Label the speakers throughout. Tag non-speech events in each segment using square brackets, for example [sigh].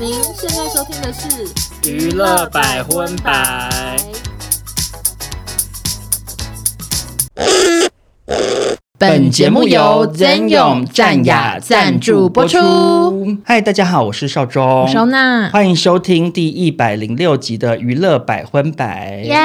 Speaker 1: 您现在收听的是《
Speaker 2: 娱乐百分百》。
Speaker 3: 本节目由真勇战雅赞助播出。。
Speaker 2: 嗨，大家好，我是邵忠，
Speaker 1: 收纳，
Speaker 2: 欢迎收听第一百零六集的娱乐百分百。
Speaker 1: 耶！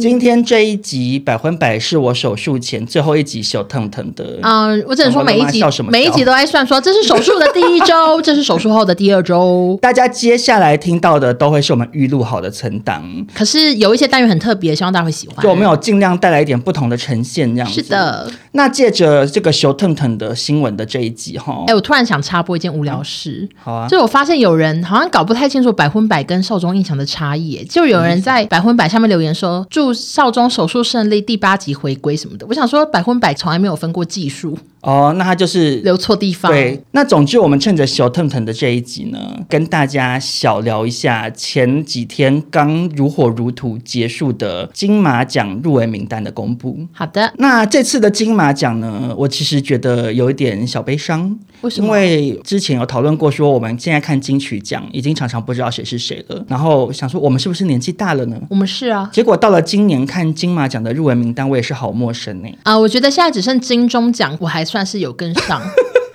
Speaker 2: 今天这一集百分百是我手术前最后一集，小腾腾的。
Speaker 3: 哦
Speaker 1: 嗯，我只能说
Speaker 2: 我的
Speaker 1: 每一
Speaker 2: 妈
Speaker 1: 集
Speaker 2: 笑什么
Speaker 1: 每一集
Speaker 2: 笑
Speaker 1: 都在算说，这是手术的第一
Speaker 3: [laughs]
Speaker 1: 周，这是手术后的第二周。
Speaker 2: 大家接下来听到的都会是我们预录好的存档，
Speaker 1: 可是有一些单元很特别，希望大家会喜欢。
Speaker 2: 就我们有尽量带来一点不同的呈现，这样子
Speaker 1: 是。的，
Speaker 2: 那借着这个小腾腾的新闻的这一集哈
Speaker 1: 哎、，我突然想插播一件无聊事，
Speaker 2: 好啊，
Speaker 1: 就我发现有人好像搞不太清楚百分百跟少中印象的差异耶，就有
Speaker 2: 嗯
Speaker 1: 人在百分百下面留言说祝少中手术顺利，第八集回归什么的。我想说百分百从来没有分过技术，
Speaker 2: 哦，那他就是
Speaker 1: 留错地方。
Speaker 2: 对，那总之我们趁着小腾腾的这一集呢，跟大家小聊一下前几天刚如火如荼结束的金马奖入围名单的公布。
Speaker 1: 好的，
Speaker 2: 那这次的金马奖呢，我其实觉得有一点小悲伤，
Speaker 1: 为什
Speaker 2: 因
Speaker 1: 么？
Speaker 2: 为之前有讨论过，说我们现在看金曲奖已经常常不知道谁是谁了，然后想说我们是不是年纪大了呢？
Speaker 1: 我们是啊。
Speaker 2: 结果到了今年看金马奖的入围名单，我也是好陌生呢、
Speaker 1: 啊、我觉得现在只剩金钟奖，我还算是有跟
Speaker 2: [laughs]
Speaker 1: 上，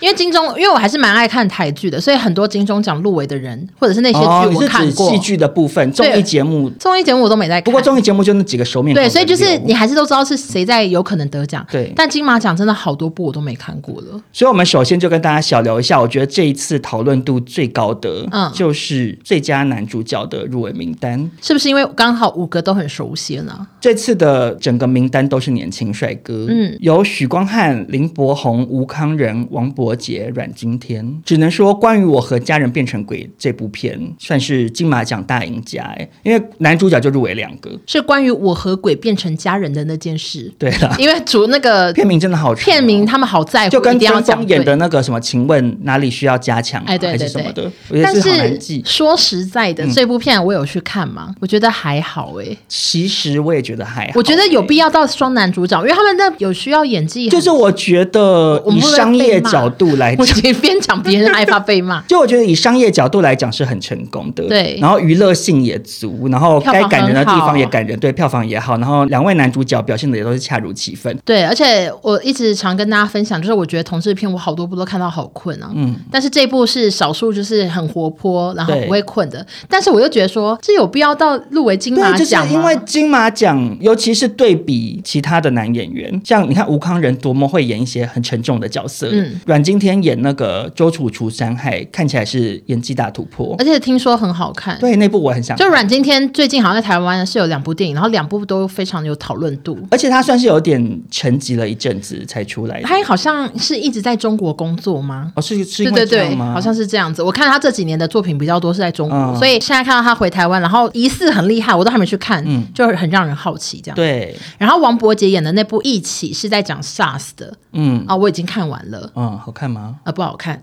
Speaker 1: 因为金钟，因为我还是蛮爱看台剧的，所以很多金钟奖入围的人，或者是那些
Speaker 2: 哦，
Speaker 1: 剧
Speaker 2: 你
Speaker 1: 我
Speaker 2: 是
Speaker 1: 看
Speaker 2: 指
Speaker 1: 过，
Speaker 2: 戏剧的部分，综
Speaker 1: 对
Speaker 2: 艺节目
Speaker 1: 综艺节目我都没在看。
Speaker 2: 不过综艺节目就那几个熟面孔
Speaker 1: 对，
Speaker 2: 的
Speaker 1: 所以就是
Speaker 2: 流
Speaker 1: 你还是都知道是谁在有可能得奖。
Speaker 2: 对
Speaker 1: 但金马奖真的好多部我都没看过了。
Speaker 2: 所以我们首先就跟大家小聊一下，我觉得这一次讨论度最高的，
Speaker 1: 嗯
Speaker 2: 就是最佳男主角的入围名单。
Speaker 1: 是不是因为刚好五个都很熟悉呢？
Speaker 2: 这次的整个名单都是年轻帅哥，
Speaker 1: 嗯
Speaker 2: 有许光汉、林柏宏、吴康仁、王柏杰、阮经天。只能说，关于我和家人变成鬼这部片，算是金马奖大赢家、欸，因为男主角就入围两个。
Speaker 1: 是关于我和鬼变成家人的那件事，
Speaker 2: 对啦，
Speaker 1: 因为主那个
Speaker 2: 片名真的好长哦、
Speaker 1: 片名他们好在乎，
Speaker 2: 就跟
Speaker 1: 一定要
Speaker 2: 跟
Speaker 1: 讲
Speaker 2: 风演的
Speaker 1: 对。
Speaker 2: 那个什么，请问哪里需要加强啊、
Speaker 1: 哎对
Speaker 2: 还是
Speaker 1: 对
Speaker 2: 什么
Speaker 1: 对
Speaker 2: 的，我觉得
Speaker 1: 但
Speaker 2: 是好难
Speaker 1: 是
Speaker 2: 记。嗯
Speaker 1: 说实在的，这部片我有去看嘛，我觉得还好诶、
Speaker 2: 其实我也觉得还好，
Speaker 1: 我觉得有必
Speaker 2: 要。
Speaker 1: 要到双男主角，因为他们那有需要演技很，
Speaker 2: 就是我觉得
Speaker 1: 我们
Speaker 2: 以
Speaker 1: 会不会
Speaker 2: 商业
Speaker 1: 被骂
Speaker 2: 角度来
Speaker 1: 我
Speaker 2: 讲，，
Speaker 1: 觉得 [laughs] 边讲别人害怕被骂
Speaker 2: 就我觉得以商业角度来讲是很成功的，
Speaker 1: 对
Speaker 2: 然后娱乐性也足，然后
Speaker 1: 票
Speaker 2: 该
Speaker 1: 房
Speaker 2: 感人的
Speaker 1: 很
Speaker 2: 地方也
Speaker 1: 好
Speaker 2: 感人，对，票房也好，然后两位男主角表现的也都是恰如其分。
Speaker 1: 对，而且我一直常跟大家分享，就是我觉得同志片我好多部都看到好困啊，
Speaker 2: 嗯
Speaker 1: 嗯，但是这一部是少数就是很活泼，然后
Speaker 2: 对
Speaker 1: 不会困的，但是我又觉得说这有必要到入围金马
Speaker 2: 对，就
Speaker 1: 奖
Speaker 2: 是
Speaker 1: 吗？
Speaker 2: 因为金马奖，尤其是对比其他的男演员，像你看吴康仁多么会演一些很沉重的角色，
Speaker 1: 嗯
Speaker 2: 阮经天演那个周楚除山害，看起来是演技大突破
Speaker 1: 而。且听说很好看。
Speaker 2: 对，啊那部我很想
Speaker 1: 嗯就阮经天最近好像在台湾是有两部电影，然后两部都非常有讨论度。
Speaker 2: 而且他算是有点沉寂了一阵子才出来的。
Speaker 1: 他好像是一直在中国工作吗？
Speaker 2: 哦，是是
Speaker 1: 对
Speaker 2: 因为
Speaker 1: 对
Speaker 2: 这
Speaker 1: 对，
Speaker 2: 样吗？
Speaker 1: 好像是这样子。我看他这几年的作品比较多是在中国，
Speaker 2: 嗯
Speaker 1: 所以现在看到他回台湾，然后疑似很厉害，我都还没去看，
Speaker 2: 嗯
Speaker 1: 就很让人好奇这样。
Speaker 2: 对，
Speaker 1: 然后王伯杰演的那部《一起》是在讲 SARS 的
Speaker 2: 嗯哎
Speaker 1: 啊、我已经看完了，
Speaker 2: 嗯，好看吗？
Speaker 1: 啊，不好看，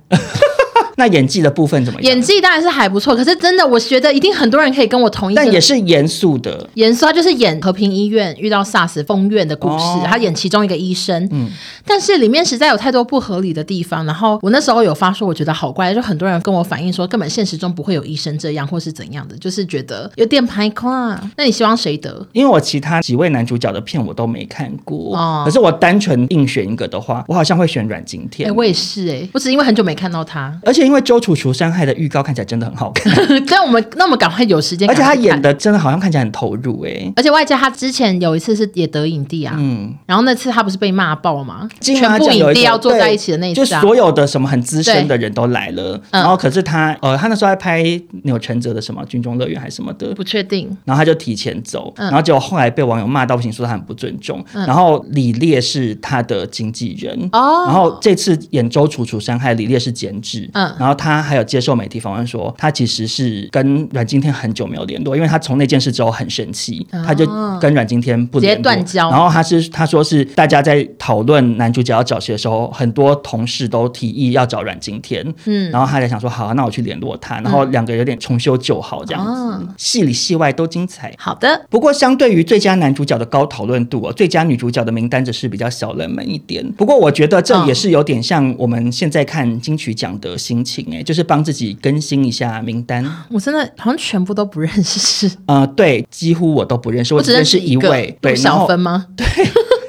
Speaker 2: 那演技的部分怎么样？
Speaker 1: 演技当然是还不错，可是真的我觉得一定很多人可以跟我同意、这
Speaker 2: 但
Speaker 1: 个
Speaker 2: 也是严肃的，
Speaker 1: 严肃，他就是演和平医院遇到 SARS 封院的故事，
Speaker 2: 哦嗯
Speaker 1: 他演其中一个医生。但是里面实在有太多不合理的地方。然后我那时候有发说，我觉得好怪，就很多人跟我反映说，根本现实中不会有医生这样，或是怎样的，就是觉得有点排跨。那你希望谁得？
Speaker 2: 因为我其他几位男主角的片我都没看过，
Speaker 1: 哦
Speaker 2: 可是我单纯硬选一个的话，我好像会选阮经
Speaker 1: 哎、
Speaker 2: 天。
Speaker 1: 我也是哎、我只是因为很久没看到他。 [laughs]
Speaker 2: 而且因为周楚除伤害的预告看起来真的很好看，
Speaker 1: 但我们那我们赶快有时间，
Speaker 2: 而且他
Speaker 1: 赶快去看
Speaker 2: 演。的真的好像看起来很投入哎、
Speaker 1: 而且外加他之前有一次是也得影帝啊，
Speaker 2: 嗯，
Speaker 1: 然后那次他不是被骂爆吗？
Speaker 2: 金马
Speaker 1: 全部
Speaker 2: 奖
Speaker 1: 影
Speaker 2: 有一
Speaker 1: 帝
Speaker 2: 种
Speaker 1: 要坐在一起的那
Speaker 2: 对
Speaker 1: 一
Speaker 2: 就
Speaker 1: 次啊，
Speaker 2: 所有的什么很资深的人都来了，
Speaker 1: 嗯
Speaker 2: 然后可是他呃，他那时候在拍钮承泽的什么《军中乐园》还是什么的，
Speaker 1: 不确定。
Speaker 2: 然后他就提前走，
Speaker 1: 嗯
Speaker 2: 然后结果后来被网友骂到不行，说他很不尊重。然后李烈是他的经纪人。
Speaker 1: 哦
Speaker 2: 然后这次演周楚楚伤害李烈是监制，
Speaker 1: 嗯
Speaker 2: 然后他还有接受媒体访问说，他其实是跟阮经天很久没有联络，因为他从那件事之后很生气，
Speaker 1: 哦
Speaker 2: 他就跟阮经天不联
Speaker 1: 直接
Speaker 2: 络，
Speaker 1: 断交
Speaker 2: 然后他是他说是大家在讨论男主角要找谁的时候，很多同事都提议要找阮经天，
Speaker 1: 嗯
Speaker 2: 然后他才想说好啊，那我去联络他，然后两个有点重修旧好这样子，
Speaker 1: 哦
Speaker 2: 戏里戏外都精彩。
Speaker 1: 好的，
Speaker 2: 不过，相对于最佳男主角的高讨论度哦，最佳女主角的名单只是比较小冷门一点。不过，我觉得这也是有点像我们现在看金曲奖的新心情、欸，哎，就是帮自己更新一下名单。
Speaker 1: 我真的好像全部都不认识，
Speaker 2: 呃，对，几乎我都不认识，我
Speaker 1: 只
Speaker 2: 只
Speaker 1: 认
Speaker 2: 认
Speaker 1: 识
Speaker 2: 识
Speaker 1: 一
Speaker 2: 一
Speaker 1: 个
Speaker 2: 位，对，
Speaker 1: 陆
Speaker 2: 然
Speaker 1: 小
Speaker 2: 后
Speaker 1: 芬吗？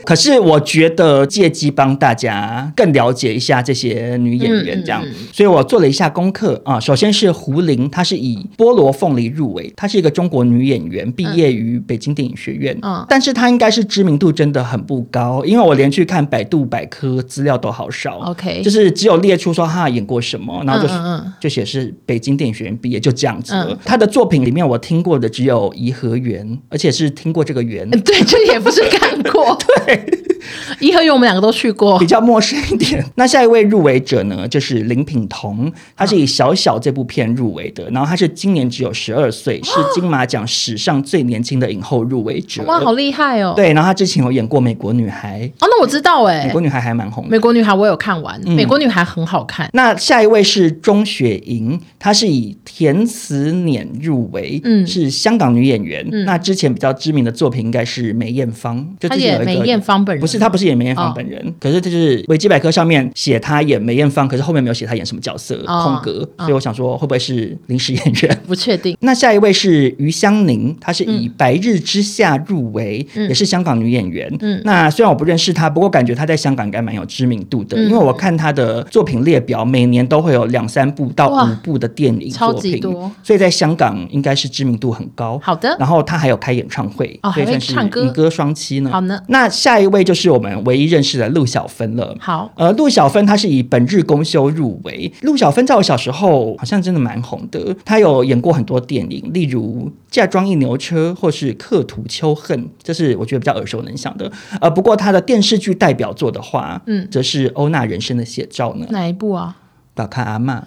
Speaker 2: 可是我觉得借机帮大家更了解一下这些女演员，这样，
Speaker 1: 嗯嗯
Speaker 2: 所以我做了一下功课啊。首先是胡玲，她是以《菠萝凤梨》入围，她是一个中国女演员，毕业于北京电影学院。
Speaker 1: 嗯
Speaker 2: 但是她应该是知名度真的很不高，因为我连去看百度百科资料都好少。
Speaker 1: OK
Speaker 2: 就是只有列出说她演过什么，然后就是、
Speaker 1: 嗯嗯嗯
Speaker 2: 就写是北京电影学院毕业，就这样子了。
Speaker 1: 嗯
Speaker 2: 她的作品里面我听过的只有《颐和园》，而且是听过这个园。
Speaker 1: [laughs] 对，就也不是看
Speaker 2: [laughs]
Speaker 1: 过。对， [laughs] 颐和园我们两个都去过
Speaker 2: 比。较陌生一点。 [laughs] 那下一位入围者呢，就是林品彤，她是以《小小》这部片入围的，然后她是今年只有十二岁，
Speaker 1: 哦
Speaker 2: 是金马奖史上最年轻的影后入围者。
Speaker 1: 哇，好厉害哦！，
Speaker 2: 对，然后她之前有演过《美国女孩
Speaker 1: 哦，那我知道》，哎、
Speaker 2: 美国女孩嗯还蛮红的。
Speaker 1: 美国女孩我有看完，美国女孩很好看。
Speaker 2: 那下一位是钟雪莹，她是以填词碾入围，
Speaker 1: 嗯
Speaker 2: 是香港女演员。
Speaker 1: 嗯
Speaker 2: 那之前比较知名的作品应该是梅艳芳，就
Speaker 1: 她
Speaker 2: 之前
Speaker 1: 演
Speaker 2: 有一
Speaker 1: 梅
Speaker 2: 个
Speaker 1: 艳芳本人，哦
Speaker 2: 不是，他不是演梅艳芳本人，可是就是维基百科上面写他演梅艳芳，可是后面没有写他演什么角色，
Speaker 1: 哦
Speaker 2: 空格，所以我想说会不会是临时演员？ [laughs]
Speaker 1: 不确定。
Speaker 2: 那下一位是于香凝，她是以《白日之下》入围，也是香港女演员。
Speaker 1: 嗯
Speaker 2: 那虽然我不认识她，不过感觉她在香港应该蛮有知名度的，
Speaker 1: 嗯
Speaker 2: 因为我看她的作品列表，每年都会有两三部到
Speaker 1: 哇
Speaker 2: 五部的电影
Speaker 1: 超
Speaker 2: 作
Speaker 1: 级
Speaker 2: 品
Speaker 1: 多，
Speaker 2: 所以在香港应该是知名度很高。
Speaker 1: 好的
Speaker 2: 然后她还有开演唱会，
Speaker 1: 哦
Speaker 2: 所以
Speaker 1: 还会
Speaker 2: 算是
Speaker 1: 唱歌
Speaker 2: 民歌双栖呢。
Speaker 1: 好呢
Speaker 2: 那下一位就是我们唯一认识的陆小芬了。
Speaker 1: 好，
Speaker 2: 呃，陆小芬她是以本日公休入围。陆小芬在我小时候好像真的蛮红的，她有演过很多电影，例如《嫁妆一牛车》或是《刻图秋恨》，这是我觉得比较耳熟能详的。呃，不过她的电视剧代表作的话，
Speaker 1: 嗯
Speaker 2: 则是《欧娜人生的写照》呢，
Speaker 1: 哪一部啊？
Speaker 2: 打卡阿嬷，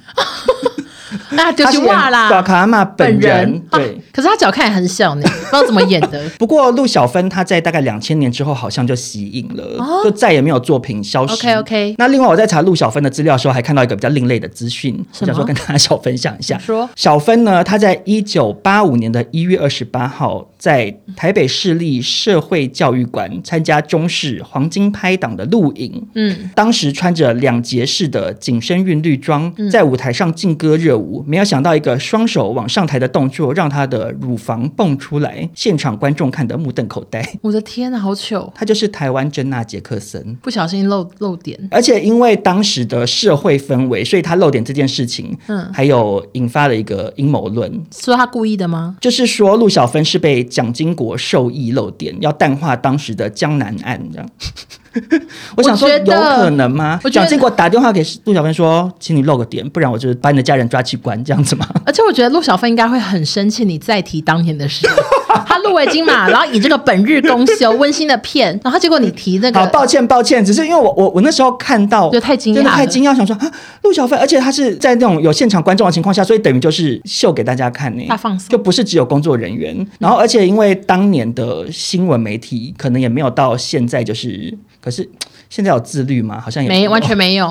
Speaker 1: 那就
Speaker 2: 她
Speaker 1: 是
Speaker 2: 是
Speaker 1: 哇
Speaker 2: 打
Speaker 1: 啦，
Speaker 2: 卡阿嬷本人
Speaker 1: 人。
Speaker 2: 对
Speaker 1: 啊，可是她脚看起来很小呢，不知道怎么演
Speaker 2: [laughs]。
Speaker 1: 的
Speaker 2: 不过陆小芬她在大概两千年之后好像就息影了，就再也没有作品消失。
Speaker 1: 哦 OK，OK
Speaker 2: 那另外我在查陆小芬的资料的时候，还看到一个比较另类的资讯，
Speaker 1: 什么
Speaker 2: 我想说跟大家小分享一下。
Speaker 1: 说
Speaker 2: 小芬呢，她在一九八五年的一月二十八号，在台北市立社会教育馆参加中式黄金拍档的录影。
Speaker 1: 嗯，
Speaker 2: 当时穿着两节式的紧身韵律装，
Speaker 1: 嗯
Speaker 2: 在舞台上劲歌热舞，没有想到一个双手往上抬的动作，让她的乳房蹦出来，现场观众看得目瞪口呆。
Speaker 1: 我的天啊，好糗，
Speaker 2: 她就是台湾珍娜杰克森。
Speaker 1: 不小心漏漏点。
Speaker 2: 而且因为当时的社会氛围，所以她露点这件事情，
Speaker 1: 嗯
Speaker 2: 还有引发了一个阴谋论，
Speaker 1: 说她故意的
Speaker 2: [laughs]
Speaker 1: 吗？
Speaker 2: 就是说陆小芬是被蒋经国授意漏点，要淡化当时的江南案这样。 [laughs] 我想说，
Speaker 1: 我觉
Speaker 2: 有
Speaker 1: 得
Speaker 2: 可能吗
Speaker 1: 我？觉得
Speaker 2: 蒋经国打电话给陆小芬说：“请你露个点，不然我就把你的家人抓去关，这样子吗
Speaker 1: 而且我觉得陆小芬应该会很生气，你再提当年的
Speaker 2: [laughs]
Speaker 1: 事。她入围金马，然后以这个本日公休温馨的片，然后结果你提那？”
Speaker 2: 好，
Speaker 1: 个，
Speaker 2: 抱歉，抱歉，只是因为我我我那时候看到
Speaker 1: 就太惊讶
Speaker 2: 真的太
Speaker 1: 了
Speaker 2: 惊讶，想说啊，陆小芬，而且她是在那种有现场观众的情况下，所以等于就是秀给大家看呢、
Speaker 1: 大放送嗯
Speaker 2: 就不是只有工作人员。然后，而且因为当年的新闻媒体可能也没有到现在，就是可是现在有自律吗？好像也
Speaker 1: 没
Speaker 2: 有
Speaker 1: 完全没有。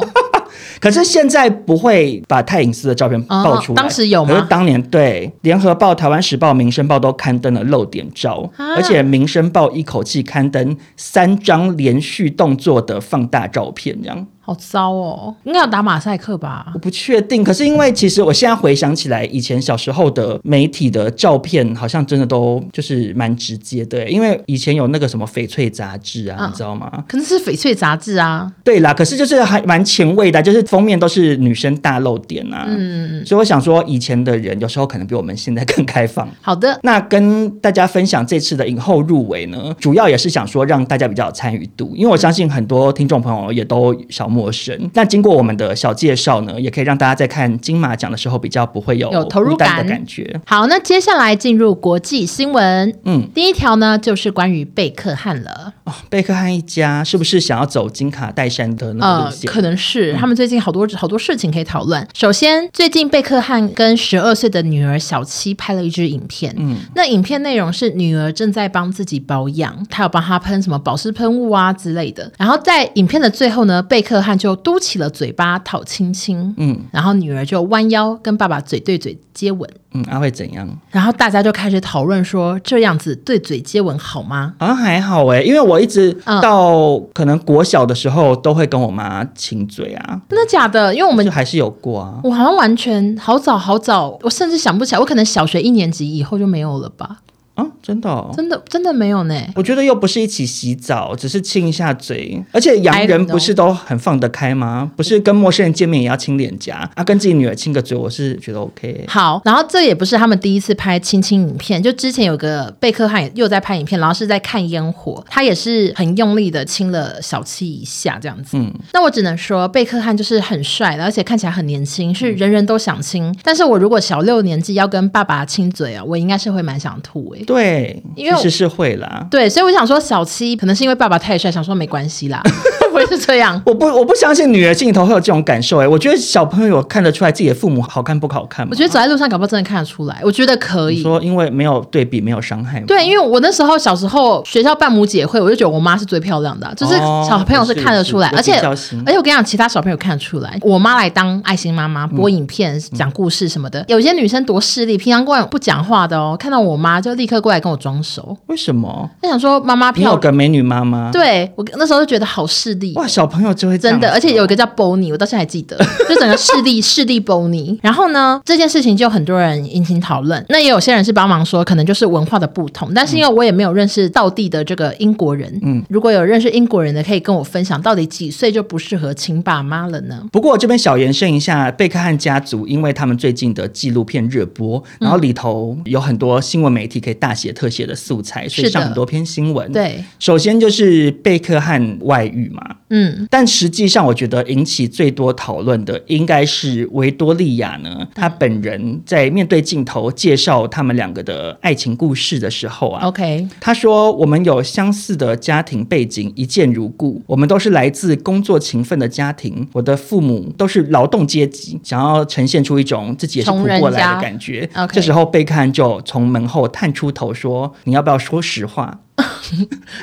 Speaker 2: 可是现在不会把太隐私的照片爆出
Speaker 1: 哦
Speaker 2: 来，
Speaker 1: 当时有吗
Speaker 2: 可是当年对《联合报》《台湾时报》《民生报》都刊登了露点照，
Speaker 1: 啊
Speaker 2: 而且《民生报》一口气刊登三张连续动作的放大照片，这样
Speaker 1: 好糟哦，应该要打马赛克吧
Speaker 2: 我？不确定。可是因为其实我现在回想起来，以前小时候的媒体的照片好像真的都就是蛮直接的，因为以前有那个什么翡翠杂志啊，
Speaker 1: 嗯
Speaker 2: 你知道吗？
Speaker 1: 可能是翡翠杂志啊，
Speaker 2: 对啦，可是就是还蛮前卫的，啊就是封面都是女生大露点啊，
Speaker 1: 嗯，
Speaker 2: 所以我想说，以前的人有时候可能比我们现在更开放。 [laughs]
Speaker 1: 好的，
Speaker 2: 那跟大家分享这次的影后入围呢，主要也是想说让大家比较有参与度，因为我相信很多听众朋友也都小陌生。那经过我们的小介绍呢，也可以让大家在看金马奖的时候比较不会有
Speaker 1: 有投入
Speaker 2: 孤单
Speaker 1: 感
Speaker 2: 的感觉。
Speaker 1: 好，那接下来进入国际新闻，
Speaker 2: 嗯，
Speaker 1: 第一条呢就是关于贝克汉了，
Speaker 2: 哦，贝克汉一家是不是想要走金卡戴珊的那个
Speaker 1: 呃
Speaker 2: 路，线？
Speaker 1: 可能是
Speaker 2: 嗯
Speaker 1: 他们最近好多好多事情可以讨论。首先，最近贝克汉跟十二岁的女儿小七拍了一支影片，嗯，那影片内容是女儿正在帮自己保养，她有帮她喷什么保湿喷雾啊之类的。然后在影片的最后呢，贝克汉就嘟起了嘴巴讨亲亲，嗯，然后女儿就弯腰跟爸爸嘴对嘴接吻。
Speaker 2: 嗯，啊会怎样？
Speaker 1: 然后大家就开始讨论说，这样子对嘴接吻好吗？
Speaker 2: 好像还好哎、因为我我一直
Speaker 1: 嗯
Speaker 2: 到可能国小的时候，都会跟我妈亲嘴啊，
Speaker 1: 真的假的？因为我
Speaker 2: 我
Speaker 1: 们
Speaker 2: 就还是有过啊。
Speaker 1: 我好像完全好早好早，我甚至想不起来，我可能小学一年级以后就没有了吧？
Speaker 2: 啊，真的、哦。
Speaker 1: 真的真的没有呢。
Speaker 2: 我觉得又不是一起洗澡，只是亲一下嘴。而且洋
Speaker 1: I
Speaker 2: 人
Speaker 1: don't know
Speaker 2: 不是都很放得开吗？不是跟陌生人见面也要亲脸颊啊，跟自己女儿亲个嘴，我是觉得 OK。
Speaker 1: 好，然后这也不是他们第一次拍亲亲影片，就之前有个贝克汉又在拍影片，然后是在看烟火，他也是很用力的亲了小七一下这样子。
Speaker 2: 嗯，
Speaker 1: 那我只能说贝克汉就是很帅，而且看起来很年轻，是人人都想亲。但是我如果小六年纪要跟爸爸亲嘴啊，我应该是会蛮想吐诶、
Speaker 2: 嗯对，
Speaker 1: 因为我
Speaker 2: 其实是会啦。
Speaker 1: 对，所以我想说小七可能是因为爸爸太帅，想说没关系啦，我也是这样。
Speaker 2: 我不，我不相信女儿心里头会有这种感受哎、我觉得小朋友看得出来自己的父母好看不好看吗？
Speaker 1: 我觉得走在路上搞不好真的看得出来，我觉得可
Speaker 2: 你
Speaker 1: 以。
Speaker 2: 说因为没有对比，没有伤害吗？
Speaker 1: 对，因为我那时候小时候学校办母姐会，我就觉得我妈是最漂亮的啊、就是
Speaker 2: 哦
Speaker 1: 小朋友是看得出来，
Speaker 2: 是
Speaker 1: 而且
Speaker 2: 有比较心
Speaker 1: 而且我跟你讲，其他小朋友看得出来，我妈来当爱心妈妈，
Speaker 2: 嗯
Speaker 1: 播影片、讲故事什么的，有些女生多势利，平常过来不讲话的哦，看到我妈就立刻过来跟我装熟，
Speaker 2: 为什么？
Speaker 1: 她想说妈妈
Speaker 2: 你
Speaker 1: 漂
Speaker 2: 有
Speaker 1: 亮，
Speaker 2: 个美女妈妈，
Speaker 1: 对我那时候就觉得好势利。
Speaker 2: 哇，小朋友就会这样
Speaker 1: 真的，
Speaker 2: 子
Speaker 1: 而且有一个叫 Bonnie，我到现在还记
Speaker 2: [laughs]
Speaker 1: 得，就整个势力势力 Bonnie。然后呢，这件事情就很多人引起讨论，那也有些人是帮忙说，可能就是文化的不同。但是因为我也没有认识道地的这个英国人，嗯，如果有认识英国人的，可以跟我分享，到底几岁就不适合亲爸妈了呢？
Speaker 2: 不过我这边小延伸一下，贝克汉家族，因为他们最近的纪录片热播，
Speaker 1: 嗯
Speaker 2: 然后里头有很多新闻媒体可以大写特写的素材，所
Speaker 1: 是
Speaker 2: 以
Speaker 1: 的
Speaker 2: 上很多篇新闻。，
Speaker 1: 对，
Speaker 2: 首先就是贝克汉外遇嘛，
Speaker 1: 嗯，
Speaker 2: 但实际上我觉得引起最多讨论的应该是维多利亚
Speaker 1: 嗯
Speaker 2: 呢，她本人在面对镜头介绍他们两个的爱情故事的时候啊，
Speaker 1: OK，
Speaker 2: 他说：“我们有相似的家庭背景，一见如故。我们都是来自工作勤奋的家庭，我的父母都是劳动阶级，想要呈现出一种自己也是苦过来的感
Speaker 1: 穷
Speaker 2: 觉
Speaker 1: 人家。”，OK
Speaker 2: 这时候，贝克汉就从门后探出头说：“你要不要说实话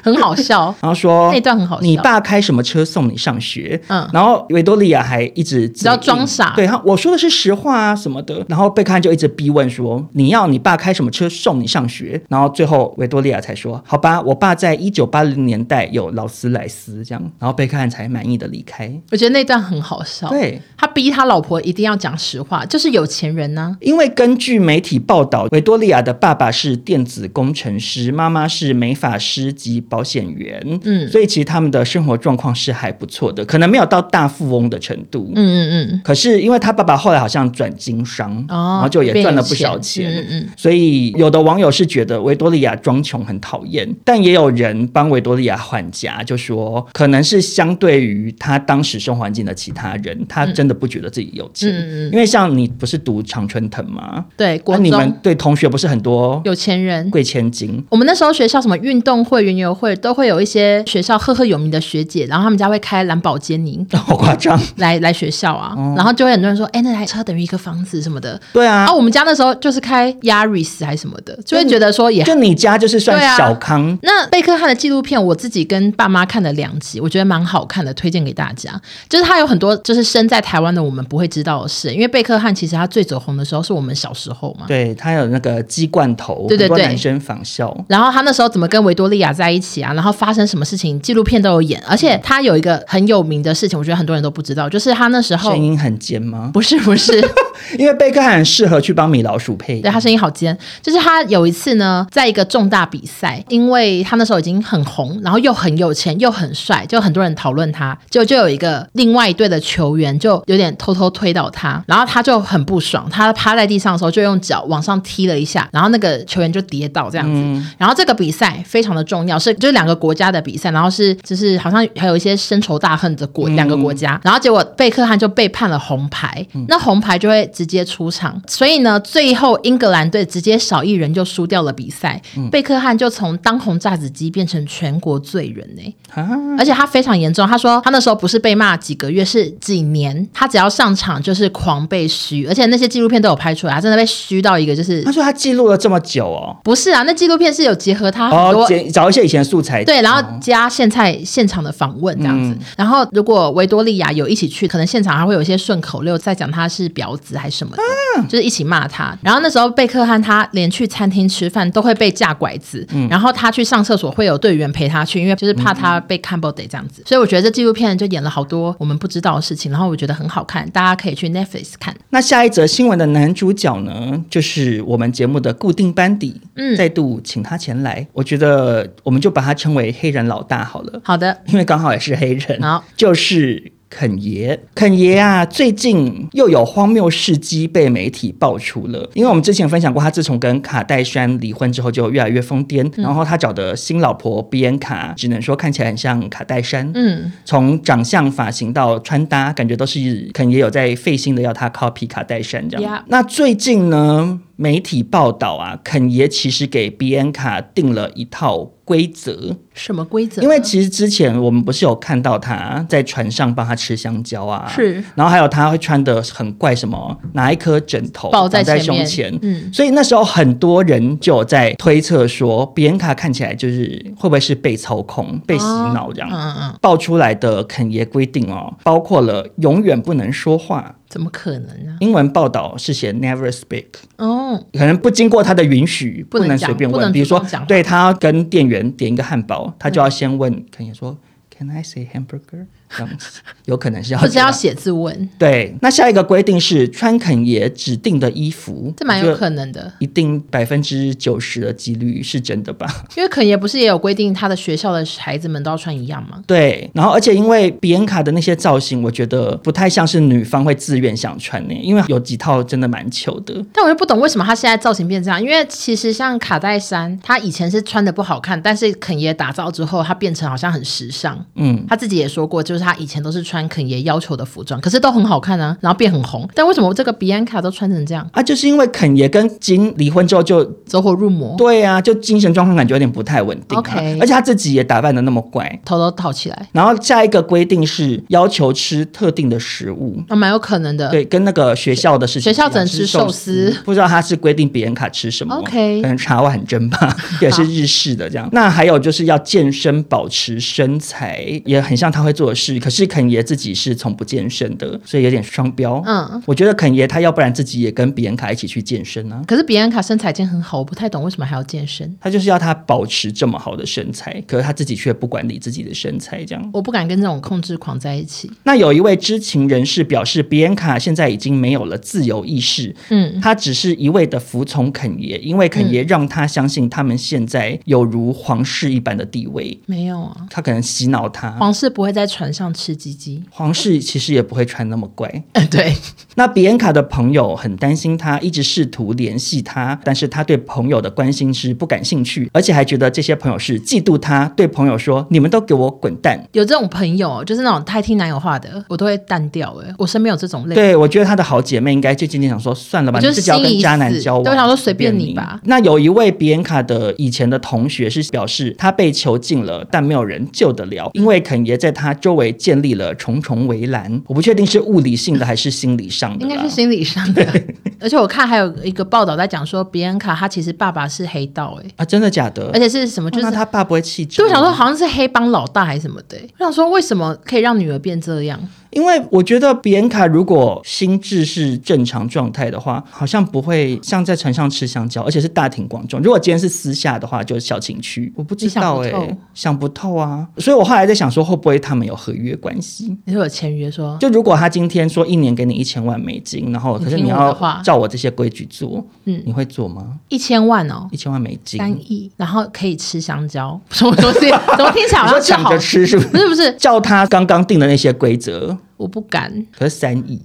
Speaker 1: 很好
Speaker 2: [laughs]
Speaker 1: 笑？”，
Speaker 2: 然后说：“
Speaker 1: 那一段很好笑
Speaker 2: 你爸开什么车送你上学？”
Speaker 1: 嗯
Speaker 2: 然后维多利亚还一直只
Speaker 1: 要装傻
Speaker 2: 对，他我说的是实话啊什么的。然后贝克汉就一直逼问说：“你要你爸开什么车送你上学？”然后最后维多利亚才说：“好吧，我爸在一九八零年代有劳斯莱斯这样。”然后贝克汉才满意的离开。
Speaker 1: 我觉得那段很好笑。
Speaker 2: 对，
Speaker 1: 他逼他老婆一定要讲实话，就是有钱人啊呢、
Speaker 2: 因为根据媒体报道，维多利亚的爸爸是电子工程师，妈妈是美发师及保险员，
Speaker 1: 嗯
Speaker 2: 所以其实他们的生活状况是还不错的，可能没有到大富翁的程度，
Speaker 1: 嗯嗯嗯，
Speaker 2: 可是因为他爸爸后来好像转经商，
Speaker 1: 哦
Speaker 2: 然后就也赚了不少钱，
Speaker 1: 变有钱嗯嗯
Speaker 2: 所以有的网友是觉得维多利亚装穷很讨厌，但也有人帮维多利亚还价，就说可能是相对于他当时生活环境的其他人，他真的不觉得自己有钱，
Speaker 1: 嗯
Speaker 2: 因为像你不是读常春藤吗？
Speaker 1: 对，国
Speaker 2: 那
Speaker 1: 中、
Speaker 2: 啊你们对同学不是很多
Speaker 1: 有钱人。
Speaker 2: 贵千金？
Speaker 1: 我们那时候学校什么运动会、园游会都会有一些学校赫赫有名的学姐，然后他们家会开兰博基尼
Speaker 2: 好夸张，
Speaker 1: 来 [laughs] 来学校啊，
Speaker 2: 哦
Speaker 1: 然后就会很多人说，哎、那台车等于一个房子什么的。
Speaker 2: [laughs] 对啊，
Speaker 1: 啊，我们家那时候就是开 Yaris 还是什么的，就会觉得说也。
Speaker 2: 嗯就你家就是算
Speaker 1: 对啊
Speaker 2: 小康，
Speaker 1: 那贝克汉的纪录片，我自己跟爸妈看了两集，我觉得蛮好看的，推荐给大家。就是他有很多就是身在台湾的我们不会知道的事，因为贝克汉其实他最走红的时候是我们小时候嘛。
Speaker 2: 对他有那个鸡罐头，
Speaker 1: 对对
Speaker 2: 很多
Speaker 1: 对
Speaker 2: 男生仿效。
Speaker 1: 然后他那时候怎么跟维多利亚在一起啊？然后发生什么事情，纪录片都有演。而且他有一个很有名的事情，我觉得很多人都不知道，就是他那时候
Speaker 2: 声音很尖吗？
Speaker 1: [laughs] 不是不是， [laughs]
Speaker 2: 因为贝克汉很适合去帮米老鼠配音
Speaker 1: 对他声音好尖，就是他有一次呢，在一个重大比赛，因为他那时候已经很红，然后又很有钱又很帅，就很多人讨论他，就就有一个另外一队的球员就有点偷偷推倒他，然后他就很不爽，他趴在地上的时候就用脚往上踢了一下，然后那个球员就跌倒这样子。
Speaker 2: 嗯
Speaker 1: 然后这个比赛非常的重要，是就是两个国家的比赛，然后是就是好像还有一些深仇大恨的国、两个国家，然后结果贝克汉就被判了红牌，那红牌就会直接出场，所以呢，最后英格兰队直接少一人就输掉了比赛，贝克汉就从当红炸子鸡变成全国罪人呢、
Speaker 2: 啊，
Speaker 1: 而且他非常严重，他说他那时候不是被骂几个月，是几年，他只要上场就是狂被虚，而且那些纪录片都有
Speaker 2: 啊
Speaker 1: 拍出来，他真的被虚到一个就是
Speaker 2: 他说他记录了这么久哦，
Speaker 1: 不是啊，那纪录片是有结合他
Speaker 2: 哦
Speaker 1: 很多我
Speaker 2: 捡找一些以前的素材，
Speaker 1: 对，然后加现在现场的访问这样子。
Speaker 2: 哦嗯
Speaker 1: 然后如果维多利亚有一起去，可能现场还会有一些顺口溜，在讲他是婊子还是什么的，
Speaker 2: 嗯
Speaker 1: 就是一起骂他。然后那时候贝克汉他连去餐厅吃饭都会被架拐子，
Speaker 2: 嗯
Speaker 1: 然后他去上厕所会有队员陪他去，因为就是怕他被看不得这样子。所以我觉得这纪录片就演了好多我们不知道的事情，然后我觉得很好看，大家可以去 Netflix 看。
Speaker 2: 那下一则新闻的男主角呢，就是我们节目的固定班底，
Speaker 1: 嗯
Speaker 2: 再度请他前来。我觉得我们就把他称为黑人老大好了，
Speaker 1: 好的，
Speaker 2: 因为刚好也是黑人，
Speaker 1: 好
Speaker 2: 就是。肯爷，肯爷啊，最近又有荒谬事迹被媒体爆出了。因为我们之前分享过，他自从跟卡戴珊离婚之后，就越来越疯癫。
Speaker 1: 嗯
Speaker 2: 然后他找的新老婆比安卡，只能说看起来很像卡戴珊。
Speaker 1: 嗯，
Speaker 2: 从长相、发型到穿搭，感觉都是肯也有在费心的要他 copy 卡戴珊这样。
Speaker 1: Yeah
Speaker 2: 那最近呢，媒体报道啊，肯爷其实给 b 安卡定了一套规则，
Speaker 1: 什么规则呢？
Speaker 2: 因为其实之前我们不是有看到他在船上帮他吃香蕉啊，
Speaker 1: 是，
Speaker 2: 然后还有他会穿的很怪，什么拿一颗枕头
Speaker 1: 抱
Speaker 2: 在
Speaker 1: 在
Speaker 2: 在
Speaker 1: 前
Speaker 2: 胸
Speaker 1: 面
Speaker 2: 前，
Speaker 1: 嗯
Speaker 2: 所以那时候很多人就有在推测说，比安卡看起来就是会不会是被操控、被洗脑这样。
Speaker 1: 嗯嗯嗯，
Speaker 2: 爆出来的肯爷规定哦，包括了永远不能说话，
Speaker 1: 怎么可能呢、
Speaker 2: 英文报道是写 never speak，
Speaker 1: 哦，
Speaker 2: 可能不经过他的允许，
Speaker 1: 不能
Speaker 2: 能
Speaker 1: 讲
Speaker 2: 随便
Speaker 1: 不
Speaker 2: 问。
Speaker 1: 能
Speaker 2: 比如说
Speaker 1: 主动讲话，
Speaker 2: 对他要跟店员点一个汉堡，他就要先问肯爷
Speaker 1: 嗯
Speaker 2: 说 Can I say hamburger？这样子有可能是要
Speaker 1: 或者要
Speaker 2: 这样
Speaker 1: 写字问，
Speaker 2: 对。那下一个规定是穿肯爷指定的衣服，
Speaker 1: 这蛮有
Speaker 2: 能。
Speaker 1: 可能的。
Speaker 2: 一定百分之九十的几率是真的吧？
Speaker 1: 因为肯爷不是也有规定，他的学校的孩子们都要穿一样吗？
Speaker 2: 对，然后而且因为比安卡的那些造型，我觉得不太像是女方会自愿想穿呢，因为有几套真的蛮糗的。
Speaker 1: 但我就不懂为什么他现在造型变这样，因为其实像卡戴珊，她以前是穿的不好看，但是肯爷打造之后，她变成好像很时尚。
Speaker 2: 嗯，
Speaker 1: 她自己也说过，就是她以前都是穿肯爷要求的服装，可是都很好看啊，然后变很红。但为什么这个比安卡都穿成这样，
Speaker 2: 啊，就是因为肯爷跟金离婚之后就，
Speaker 1: 走火入魔，
Speaker 2: 对啊，就精神状况感觉有点不太稳定、啊。
Speaker 1: OK
Speaker 2: 而且他自己也打扮的那么怪。
Speaker 1: 头都套起来，
Speaker 2: 然后下一个规定是要求吃特定的食物。
Speaker 1: 哦那、蛮有可能的。
Speaker 2: 对，跟那个学校的事情一样，
Speaker 1: 呃学校只能吃寿司
Speaker 2: 司，不知道他是规定别人卡吃什么
Speaker 1: OK
Speaker 2: 可能茶碗蒸吧， [laughs] 也是日式的这样。那还有就是要健身，保持身材，也很像他会做的事。可是肯爷自己是从不健身的，所以有点双标。
Speaker 1: 嗯，
Speaker 2: 我觉得肯爷他要不然自己也跟别人卡一起去健身啊，
Speaker 1: 可是比安卡身材已经很好，我不太懂为什么还要健身，
Speaker 2: 他就是要他保持这么好的身材，可是他自己却不管理自己的身材这样。
Speaker 1: 我不敢跟这种控制狂在一起。
Speaker 2: 那有一位知情人士表示，比安卡现在已经没有了自由意识，
Speaker 1: 嗯，
Speaker 2: 他只是一味的服从肯爷，因为肯爷让他相信他们现在有如皇室一般的地位，
Speaker 1: 没有啊，
Speaker 2: 他可能洗脑他。
Speaker 1: 皇室不会在船上吃鸡
Speaker 2: [laughs]
Speaker 1: 鸡。
Speaker 2: 皇室其实也不会穿那么乖。
Speaker 1: 对，
Speaker 2: 那比安卡的朋友很担心他，一直试图联系他，但是他对朋友的关心是不感兴趣，而且还觉得这些朋友是嫉妒他，对朋友说：“你们都给我滚蛋！”
Speaker 1: 有这种朋友，就是那种太听男友话的，我都会淡掉、欸。我身边有这种类，
Speaker 2: 对，我觉得她的好姐妹应该就渐渐想说，算了吧，
Speaker 1: 我
Speaker 2: 你
Speaker 1: 就是
Speaker 2: 自己要跟渣男交
Speaker 1: 心里死
Speaker 2: 往，
Speaker 1: 对我想说随
Speaker 2: 便
Speaker 1: 便你吧
Speaker 2: 那有一位比安卡的以前的同学是表示，他被囚禁了，但没有人救得了，因为肯爷在他周围建立了重重围栏。我不确定是物理性的还是心理上的
Speaker 1: 应
Speaker 2: 啦，
Speaker 1: 该是心理上的。 [laughs] 而且我看还有一个报道在讲说，比安卡她其实爸爸是黑道、欸，
Speaker 2: 啊，真的假的？
Speaker 1: 而且是什么就
Speaker 2: 哦
Speaker 1: 是
Speaker 2: 那。他爸不会气质？
Speaker 1: 就我想说，好像是黑帮老大还是什么的欸、我想说，为什么可以让女儿变这样？
Speaker 2: 因为我觉得比安卡如果心智是正常状态的话，好像不会像在船上吃香蕉，而且是大庭广众。如果今天是私下的话，就是小情趣，我不知道
Speaker 1: 你
Speaker 2: 哎、
Speaker 1: 想不透
Speaker 2: 想不透啊。所以我后来在想说，会不会他们有合约关系？
Speaker 1: 你说有签约说，
Speaker 2: 就如果他今天说一年给你一千万美金，然后可是
Speaker 1: 你
Speaker 2: 你
Speaker 1: 听我的
Speaker 2: 要
Speaker 1: 话
Speaker 2: 照我这些规矩做，
Speaker 1: 嗯，
Speaker 2: 你会做吗？
Speaker 1: 一千万哦，
Speaker 2: 一千万美金，
Speaker 1: 三亿，然后可以吃香蕉，什么东西？ [laughs] 怎么听起来好
Speaker 2: 你
Speaker 1: 像
Speaker 2: 说
Speaker 1: 是
Speaker 2: 抢
Speaker 1: 好
Speaker 2: 着？吃是不
Speaker 1: 不
Speaker 2: 是？
Speaker 1: 是不是，
Speaker 2: 照他刚刚定的那些规则，
Speaker 1: 我不敢。
Speaker 2: 可是三亿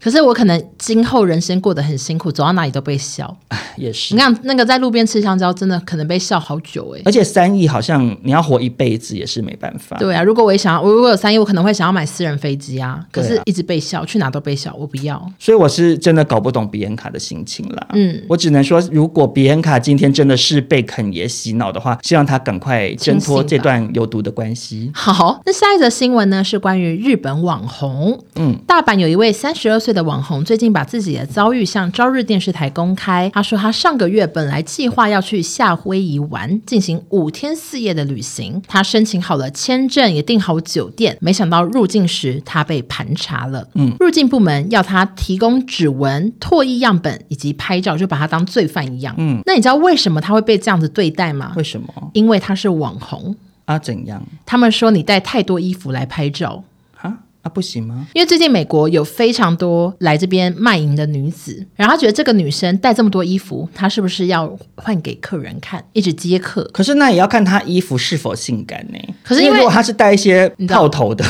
Speaker 1: 可是我可能今后人生过得很辛苦，走到哪里都被笑。
Speaker 2: 也是
Speaker 1: 你。看那个在路边吃香蕉，真的可能被笑好久哎、
Speaker 2: 而且三亿好像你要活一辈子也是没办法。
Speaker 1: 对啊，如果我也想要，我如果有三亿，我可能会想要买私人飞机啊。可
Speaker 2: 对
Speaker 1: 是
Speaker 2: 啊
Speaker 1: 一直被笑，去哪都被笑，我不要。
Speaker 2: 所以我是真的搞不懂比安卡的心情啦。
Speaker 1: 嗯
Speaker 2: 我只能说，如果比安卡今天真的是被肯爷洗脑的话，希望他赶快挣脱
Speaker 1: 清
Speaker 2: 这
Speaker 1: 醒吧
Speaker 2: 段有毒的关系。
Speaker 1: 好，那下一则新闻呢是关于日本网红。
Speaker 2: 嗯，
Speaker 1: 大阪有一位三十二岁的网红最近把自己的遭遇向朝日电视台公开。他说，他上个月本来计划要去夏威夷玩，进行五天四夜的旅行。他申请好了签证，也订好酒店，没想到入境时他被盘查了。嗯，入境部门要他提供指纹、唾液样本以及拍照，就把他当罪犯一样。嗯，那你知道为什么他会被这样子对待吗？
Speaker 2: 为什么
Speaker 1: 因为他是网红。
Speaker 2: 啊？怎样
Speaker 1: 他们说你带太多衣服来拍照，
Speaker 2: 啊？啊，不行吗？
Speaker 1: 因为最近美国有非常多来这边卖淫的女子，然后他觉得这个女生带这么多衣服，她是不是要换给客人看，一直接客？
Speaker 2: 可是那也要看她衣服是否性感呢、
Speaker 1: 可是因
Speaker 2: 因
Speaker 1: 为
Speaker 2: 如果她是带一些
Speaker 1: 你知道
Speaker 2: 套头的，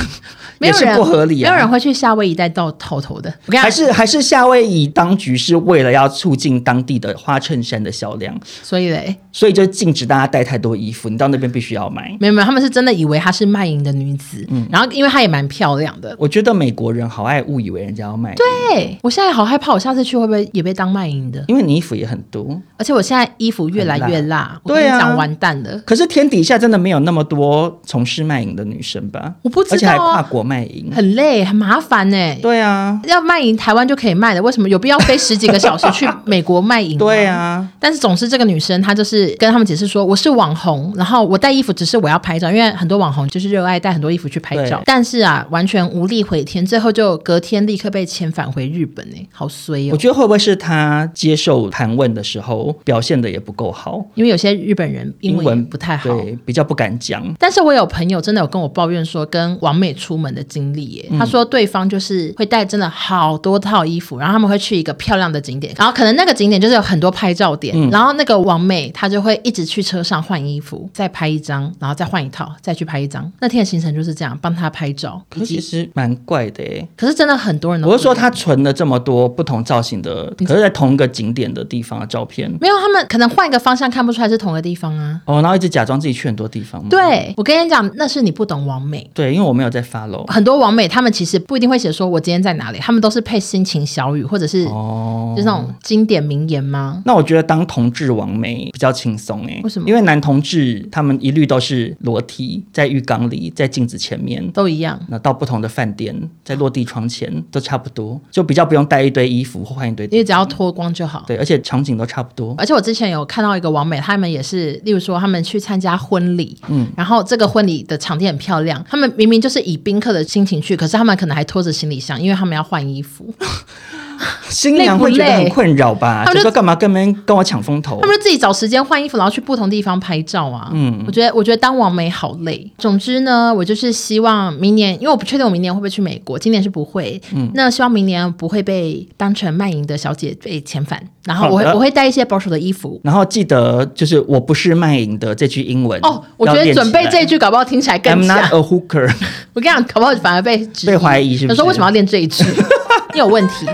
Speaker 1: 没
Speaker 2: 也
Speaker 1: 有
Speaker 2: 是
Speaker 1: 人
Speaker 2: 不合理啊。
Speaker 1: 没有人会去夏威夷带到头头的。我跟你
Speaker 2: 还
Speaker 1: 讲，
Speaker 2: 是还是夏威夷当局是为了要促进当地的花衬衫的销量，
Speaker 1: 所以嘞，
Speaker 2: 所以就禁止大家带太多衣服。你到那边必须要买。
Speaker 1: 没有没有，他们是真的以为她是卖淫的女子，
Speaker 2: 嗯
Speaker 1: 然后因为她也蛮漂亮的。
Speaker 2: 我觉得美国人好爱误以为人家要卖，对，
Speaker 1: 对，我现在好害怕，我下次去会不会也被当卖淫的？
Speaker 2: 因为你衣服也很多。
Speaker 1: 而且我现在衣服越来越
Speaker 2: 很
Speaker 1: 辣，我跟
Speaker 2: 对
Speaker 1: 你
Speaker 2: 啊
Speaker 1: 讲，完蛋了。
Speaker 2: 可是天底下真的没有那么多从事卖淫的女生吧？
Speaker 1: 我不知道啊
Speaker 2: 而且还跨国卖淫。
Speaker 1: 很累，很麻烦呢、欸
Speaker 2: 对啊，
Speaker 1: 要卖淫，台湾就可以卖的，为什么有必要飞十几个小时去美国卖淫？
Speaker 2: [laughs] 对。啊，
Speaker 1: 但是总之，这个女生她就是跟他们解释说，我是网红，然后我带衣服只是我要拍照，因为很多网红就是热爱带很多衣服去拍照
Speaker 2: 对。
Speaker 1: 但是啊，完全无力回天，最后就隔天立刻被遣返回日本呢、好衰
Speaker 2: 我
Speaker 1: 哦！
Speaker 2: 觉得会不会是她接受盘问的时候表现的也不够好，
Speaker 1: 因为有些日本人英
Speaker 2: 英
Speaker 1: 文也
Speaker 2: 文
Speaker 1: 不太好，
Speaker 2: 对，比较不敢讲。
Speaker 1: 但是我有朋友真的有跟我抱怨说，跟王美出门的经历耶，
Speaker 2: 嗯
Speaker 1: 他说对方就是会带真的好多套衣服，然后他们会去一个漂亮的景点，然后可能那个景点就是有很多拍照点，
Speaker 2: 嗯
Speaker 1: 然后那个王美她就会一直去车上换衣服，再拍一张，然后再换一套，再去拍一张。那天的行程就是这样，帮她拍照。
Speaker 2: 可是其实蛮怪的诶、
Speaker 1: 可是真的很多人都
Speaker 2: 我是说，
Speaker 1: 他
Speaker 2: 他存了这么多不同造型的，可是在同一个景点的地方的照片
Speaker 1: 没有，他们可能换一个方向看不出来是同一个地方啊。
Speaker 2: 哦，然后一直假装自己去很多地方吗。
Speaker 1: 对我跟你讲，那是你不懂王美。
Speaker 2: 对，因为我没有在 follow
Speaker 1: 很多网美他们其实不一定会写说我今天在哪里，他们都是配心情小语或者是
Speaker 2: 哦。
Speaker 1: 就是那种经典名言吗？
Speaker 2: 那我觉得当同志王媒比较轻松诶，
Speaker 1: 为什么
Speaker 2: 因为男同志他们一律都是裸体，在浴缸里，在镜子前面。
Speaker 1: 都一样。
Speaker 2: 那到不同的饭店，在落地窗前都差不多，就比较不用带一堆衣服或换一堆。
Speaker 1: 你只要脱光就好。
Speaker 2: 对，而且场景都差不多。
Speaker 1: 而且我之前有看到一个网美，他们也是，例如说他们去参加婚礼，嗯，然后这个婚礼的场地很漂亮，他们明明就是以宾客的心情去，可是他们可能还拖着行李箱，因为他们要换衣服，
Speaker 2: 新娘会觉得很困扰吧？
Speaker 1: 累不累
Speaker 2: 就说干嘛跟人跟我抢风头
Speaker 1: 他？们就自己找时间换衣服，然后去不同地方拍照啊。嗯，我觉得我觉得当网美好累。总之呢，我就是希望明年，因为我不确定我明年会不会去美国，今年是不会。嗯，那希望明年不会被当成卖淫的小姐被遣返，然后我会
Speaker 2: 好的
Speaker 1: 我会带一些保守的衣服，
Speaker 2: 然后记得就是我不是卖淫的这句英文
Speaker 1: 哦，我觉
Speaker 2: 要
Speaker 1: 得
Speaker 2: 练起来
Speaker 1: 准备这一句搞不好听起来
Speaker 2: I'm
Speaker 1: 更像。
Speaker 2: not a hooker，
Speaker 1: 我跟你讲，搞不好反而被质疑
Speaker 2: 被怀疑是不是
Speaker 1: 他说为什么要练这一句？ [laughs] 你有问题。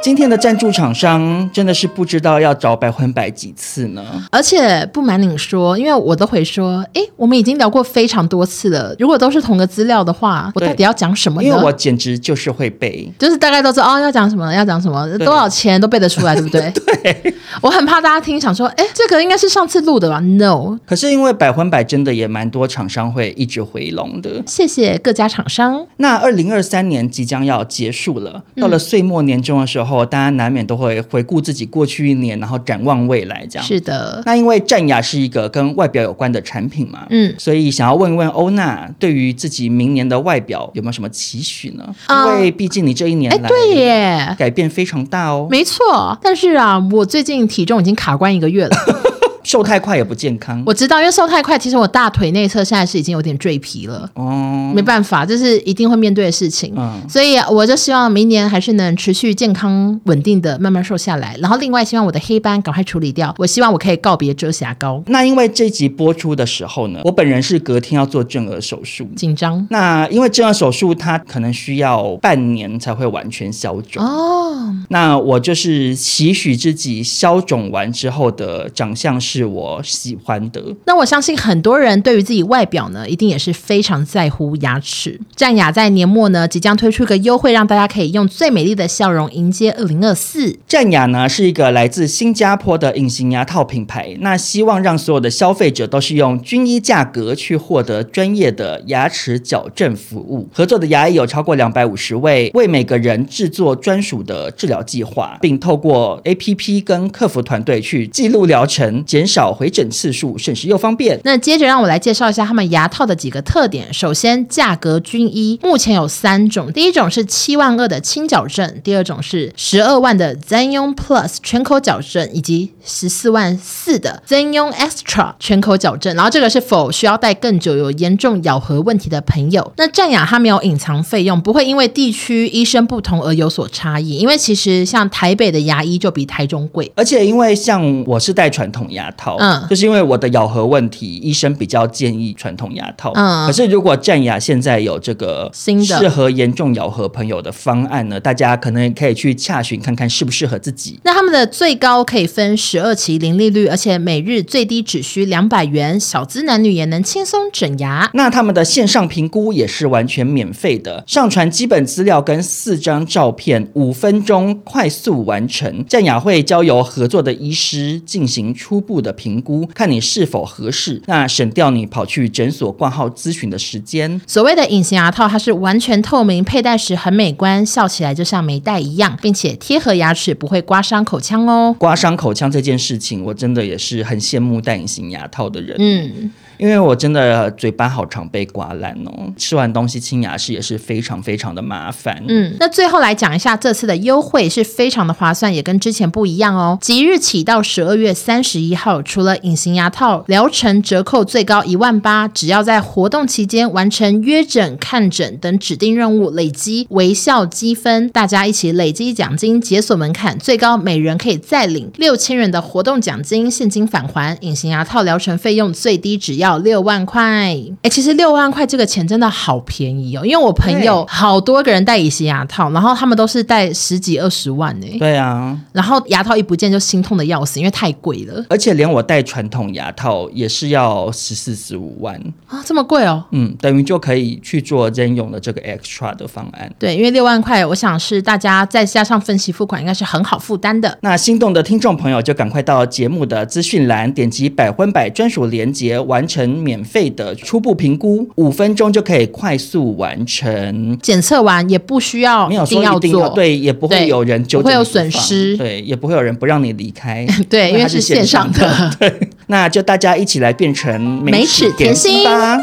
Speaker 2: 今天的赞助厂商真的是不知道要找百分百几次呢。
Speaker 1: 而且不瞒你说，因为我都会说，诶，我们已经聊过非常多次了。如果都是同个资料的话，我
Speaker 2: 对
Speaker 1: 到底要讲什么呢？
Speaker 2: 因为我简直就是会背，
Speaker 1: 就是大概都知道哦，要讲什么，要讲什么，多少钱都背得出来，对不
Speaker 2: [laughs]
Speaker 1: 对？对。我很怕大家听想说，诶，这个应该是上次录的吧？No，
Speaker 2: 可是因为百分百真的也蛮多厂商会一直回笼的。
Speaker 1: 谢谢各家厂商。
Speaker 2: 那二零二三年即将要结束了，
Speaker 1: 嗯
Speaker 2: 到了岁末年终的时候，大家难免都会回顾自己过去一年，然后展望未来，这样。
Speaker 1: 是的，
Speaker 2: 那因为战雅是一个跟外表有关的产品嘛，
Speaker 1: 嗯
Speaker 2: 所以想要问一问欧娜，对于自己明年的外表有没有什么期许呢？
Speaker 1: 嗯
Speaker 2: 因为毕竟你这一年
Speaker 1: 诶，
Speaker 2: 来
Speaker 1: 哎对耶，
Speaker 2: 改变非常大哦，
Speaker 1: 没错。但是啊，我最近体重已经卡关一个月
Speaker 2: [laughs]
Speaker 1: 了。
Speaker 2: 瘦太快也不健康
Speaker 1: 我知道，因为瘦太快，其实我大腿内侧现在是已经有点赘皮了，
Speaker 2: 哦。
Speaker 1: 没办法，这是一定会面对的事情。
Speaker 2: 嗯
Speaker 1: 所以啊我就希望明年还是能持续健康稳定的慢慢瘦下来，然后另外希望我的黑斑赶快处理掉，我希望我可以告别遮瑕膏。
Speaker 2: 那因为这集播出的时候呢，我本人是隔天要做正颌手术。
Speaker 1: 紧张
Speaker 2: 那因为正颌手术，它可能需要半年才会完全消肿。
Speaker 1: 哦，
Speaker 2: 那我就是期许自己消肿完之后的长相是是我喜欢的。
Speaker 1: 那我相信很多人对于自己外表呢，一定也是非常在乎牙齿。战雅在年末呢，即将推出一个优惠，让大家可以用最美丽的笑容迎接二零二四。
Speaker 2: 战雅呢是一个来自新加坡的隐形牙套品牌，那希望让所有的消费者都是用均一价格去获得专业的牙齿矫正服务。合作的牙医有超过两百五十位，为每个人制作专属的治疗计划，并透过 APP 跟客服团队去记录疗程，减少回诊次数，省时又方便。
Speaker 1: 那接着让我来介绍一下他们牙套的几个特点。首先，价格均一，目前有三种，第一种是七万二的轻矫正，第二种是十二万的 Zenion Plus 全口矫正，以及十四万四的 Zenion Extra 全口矫正。然后这个是否需要戴更久、有严重咬合问题的朋友？那战雅它没有隐藏费用，不会因为地区医生不同而有所差异，因为其实像台北的牙医就比台中贵。
Speaker 2: 而且因为像我是戴传统牙套，
Speaker 1: 嗯
Speaker 2: 就是因为我的咬合问题，医生比较建议传统牙套，
Speaker 1: 嗯
Speaker 2: 可是如果战牙现在有这个
Speaker 1: 新的
Speaker 2: 适合严重咬合朋友的方案呢，大家可能可以去洽询看看适不适合自己。
Speaker 1: 那他们的最高可以分十二期零利率，而且每日最低只需两百元，小资男女也能轻松整牙。
Speaker 2: 那他们的线上评估也是完全免费的，上传基本资料跟四张照片，五分钟快速完成。战雅会交由合作的医师进行初步的评估，看你是否合适，那省掉你跑去诊所挂号咨询的时间。
Speaker 1: 所谓的隐形牙套，它是完全透明，佩戴时很美观，笑起来就像没戴一样，并且贴合牙齿，不会刮伤口腔哦。
Speaker 2: 刮伤口腔这件事情，我真的也是很羡慕戴隐形牙套的人，
Speaker 1: 嗯，
Speaker 2: 因为我真的嘴巴好常被刮烂哦，吃完东西清牙齿也是非常非常的麻烦。
Speaker 1: 嗯，那最后来讲一下这次的优惠是非常的划算，也跟之前不一样哦。即日起到十二月三十一号，除了隐形牙套疗程折扣最高一万八，只要在活动期间完成约诊、看诊等指定任务，累积微笑积分，大家一起累积奖金，解锁门槛，最高每人可以再领六千元的活动奖金，现金返还。隐形牙套疗程费用最低只要六万块。哎，其实六万块这个钱真的好便宜哦，因为我朋友好多个人戴隐形牙套，然后他们都是戴十几二十万呢、
Speaker 2: 对啊，
Speaker 1: 然后牙套一不见就心痛的要死，因为太贵了
Speaker 2: 而且连我戴传统牙套也是要十四十五万，
Speaker 1: 啊，这么贵哦。
Speaker 2: 嗯，等于就可以去做任用的这个 extra 的方案。
Speaker 1: 对，因为六万块，我想是大家再加上分期付款，应该是很好负担的。
Speaker 2: 那心动的听众朋友就赶快到节目的资讯栏，点击百分百专属链接，完成免费的初步评估，五分钟就可以快速完成。
Speaker 1: 检测完也不需要
Speaker 2: 没有
Speaker 1: 一
Speaker 2: 说
Speaker 1: 定
Speaker 2: 一
Speaker 1: 要
Speaker 2: 定要
Speaker 1: 做，
Speaker 2: 对，也不会
Speaker 1: 对
Speaker 2: 有人纠
Speaker 1: 不会
Speaker 2: 正
Speaker 1: 有
Speaker 2: 你不
Speaker 1: 损
Speaker 2: 放
Speaker 1: 失，
Speaker 2: 对，也不会有人不让你离开
Speaker 1: [laughs] 对，因为
Speaker 2: 它
Speaker 1: 是
Speaker 2: 是
Speaker 1: 线上
Speaker 2: 的。
Speaker 1: 的。 [laughs]
Speaker 2: 那就大家一起来变成
Speaker 1: 美
Speaker 2: 美
Speaker 1: 齿
Speaker 2: 齿
Speaker 1: 甜
Speaker 2: 甜
Speaker 1: 心
Speaker 2: 心吧。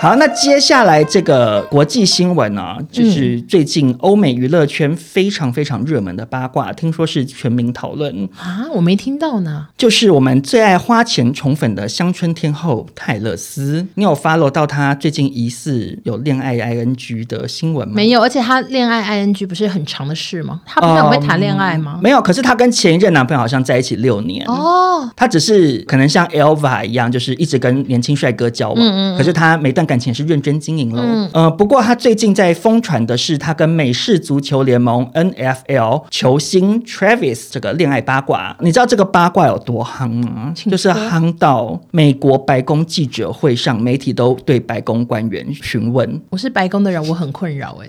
Speaker 2: 好，那接下来这个国际新闻呢、就是最近欧美娱乐圈非常非常热门的八卦，听说是全民讨论，
Speaker 1: 啊，我没听到呢。
Speaker 2: 就是我们最爱花钱宠粉的乡村天后泰勒斯。你有 follow 到她最近疑似有恋爱 ing 的新闻吗？
Speaker 1: 没有，而且他恋爱 ing 不是很长的事吗？他不是很会谈恋爱吗？
Speaker 2: 没有，可是她跟前一任男朋友好像在一起六年
Speaker 1: 哦，
Speaker 2: 她只是可能像 Elva 一样，就是一直跟年轻帅哥交
Speaker 1: 嗯
Speaker 2: 往，可是她每段感情也是认真经营喽。呃，不过她最近在疯传的是她跟美式足球联盟 NFL 球星 Travis 这个恋爱八卦。你知道这个八卦有多夯吗？
Speaker 1: 请
Speaker 2: 就是
Speaker 1: 说
Speaker 2: 夯到美国白宫记者会上，媒体都对白宫官员询问。
Speaker 1: 我是白宫的人，我很困 [laughs] 扰哎、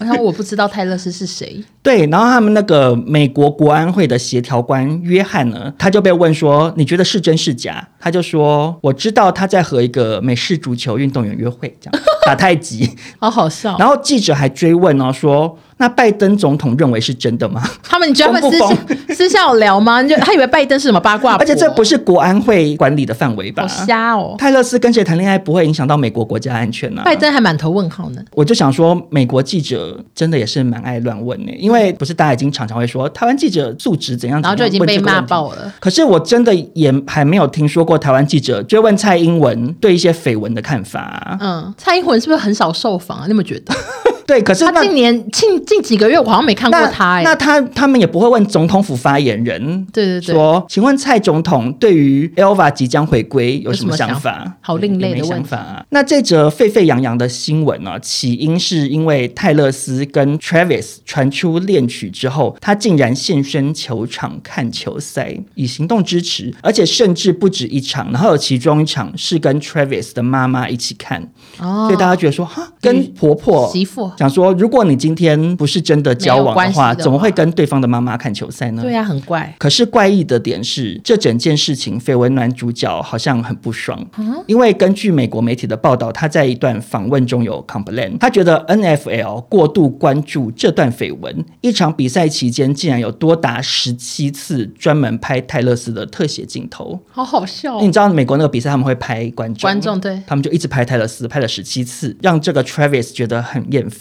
Speaker 1: 我想我不知道泰勒斯是谁，
Speaker 2: 对，然后他们那个美国国安会的协调官约翰呢，他就被问说：“你觉得是真是假？”他就说：“我知道他在和一个美式足球运动员约会，这样打太
Speaker 1: [laughs]
Speaker 2: 极。
Speaker 1: 好好”笑。
Speaker 2: 然后记者还追问哦，说：“那拜登总统认为是真的吗
Speaker 1: 他们，你觉得他们私
Speaker 2: 疯 [laughs]
Speaker 1: 下
Speaker 2: 不
Speaker 1: 私下有聊吗？你就他以为拜登是什么八？”卦婆？
Speaker 2: 而啊且这不是国安会管理的范围吧
Speaker 1: 好？瞎哦。
Speaker 2: 泰勒斯跟谁谈恋爱不会影响到美国国家安全呢、
Speaker 1: 拜登还满头问号呢。
Speaker 2: 我就想说，美国记者真的也是蛮爱乱问的、因为不是大家已经常常会说台湾记者素质怎样怎
Speaker 1: 然
Speaker 2: 样，
Speaker 1: 后就已经被
Speaker 2: 问这个
Speaker 1: 骂
Speaker 2: 问题啊
Speaker 1: 爆了。
Speaker 2: 可是我真的也还没有听说过台湾记者追问蔡英文对一些绯闻的看法啊、
Speaker 1: 嗯，蔡英文是不是很少受访啊？你有没有觉得？
Speaker 2: 对，可是
Speaker 1: 他
Speaker 2: [laughs] 那
Speaker 1: 近年近近几个月我好像没看过
Speaker 2: 那
Speaker 1: 他哎、
Speaker 2: 那他他们也不会问总统府发言人
Speaker 1: 对对对，
Speaker 2: 说，请问蔡总统对于 Elva 即将回归有什么想
Speaker 1: 有什么
Speaker 2: 法
Speaker 1: 想？好另类的
Speaker 2: 也没
Speaker 1: 问
Speaker 2: 想
Speaker 1: 题
Speaker 2: 法啊。那这则沸沸扬扬的新闻呢、起因是因为泰勒斯跟 Travis 传出恋曲之后，他竟然现身球场看球赛，以行动支持，而且甚至不止一场，然后有其中一场是跟 Travis 的妈妈一起看，
Speaker 1: 哦
Speaker 2: 所以大家觉得说，哈，跟婆婆
Speaker 1: 媳妇
Speaker 2: 讲说，如果你今天不是真的交往
Speaker 1: 没有关
Speaker 2: 的
Speaker 1: 系的
Speaker 2: 话，
Speaker 1: 话
Speaker 2: 怎么会跟对方的妈妈看球赛呢？
Speaker 1: 对呀、啊很怪
Speaker 2: 可是怪异的点是，这整件事情绯闻男主角好像很不爽，
Speaker 1: 嗯
Speaker 2: 因为根据美国媒体的报道，他在一段访问中有 complain，他觉得 NFL 过度关注这段绯闻，一场比赛期间竟然有多达十七次专门拍泰勒斯的特写镜头。
Speaker 1: 好好笑、哦
Speaker 2: 你知道美国那个比赛他们会拍观众，
Speaker 1: 观众对
Speaker 2: 他们就一直拍泰勒斯，拍了十七次，让这个 Travis 觉得很厌烦。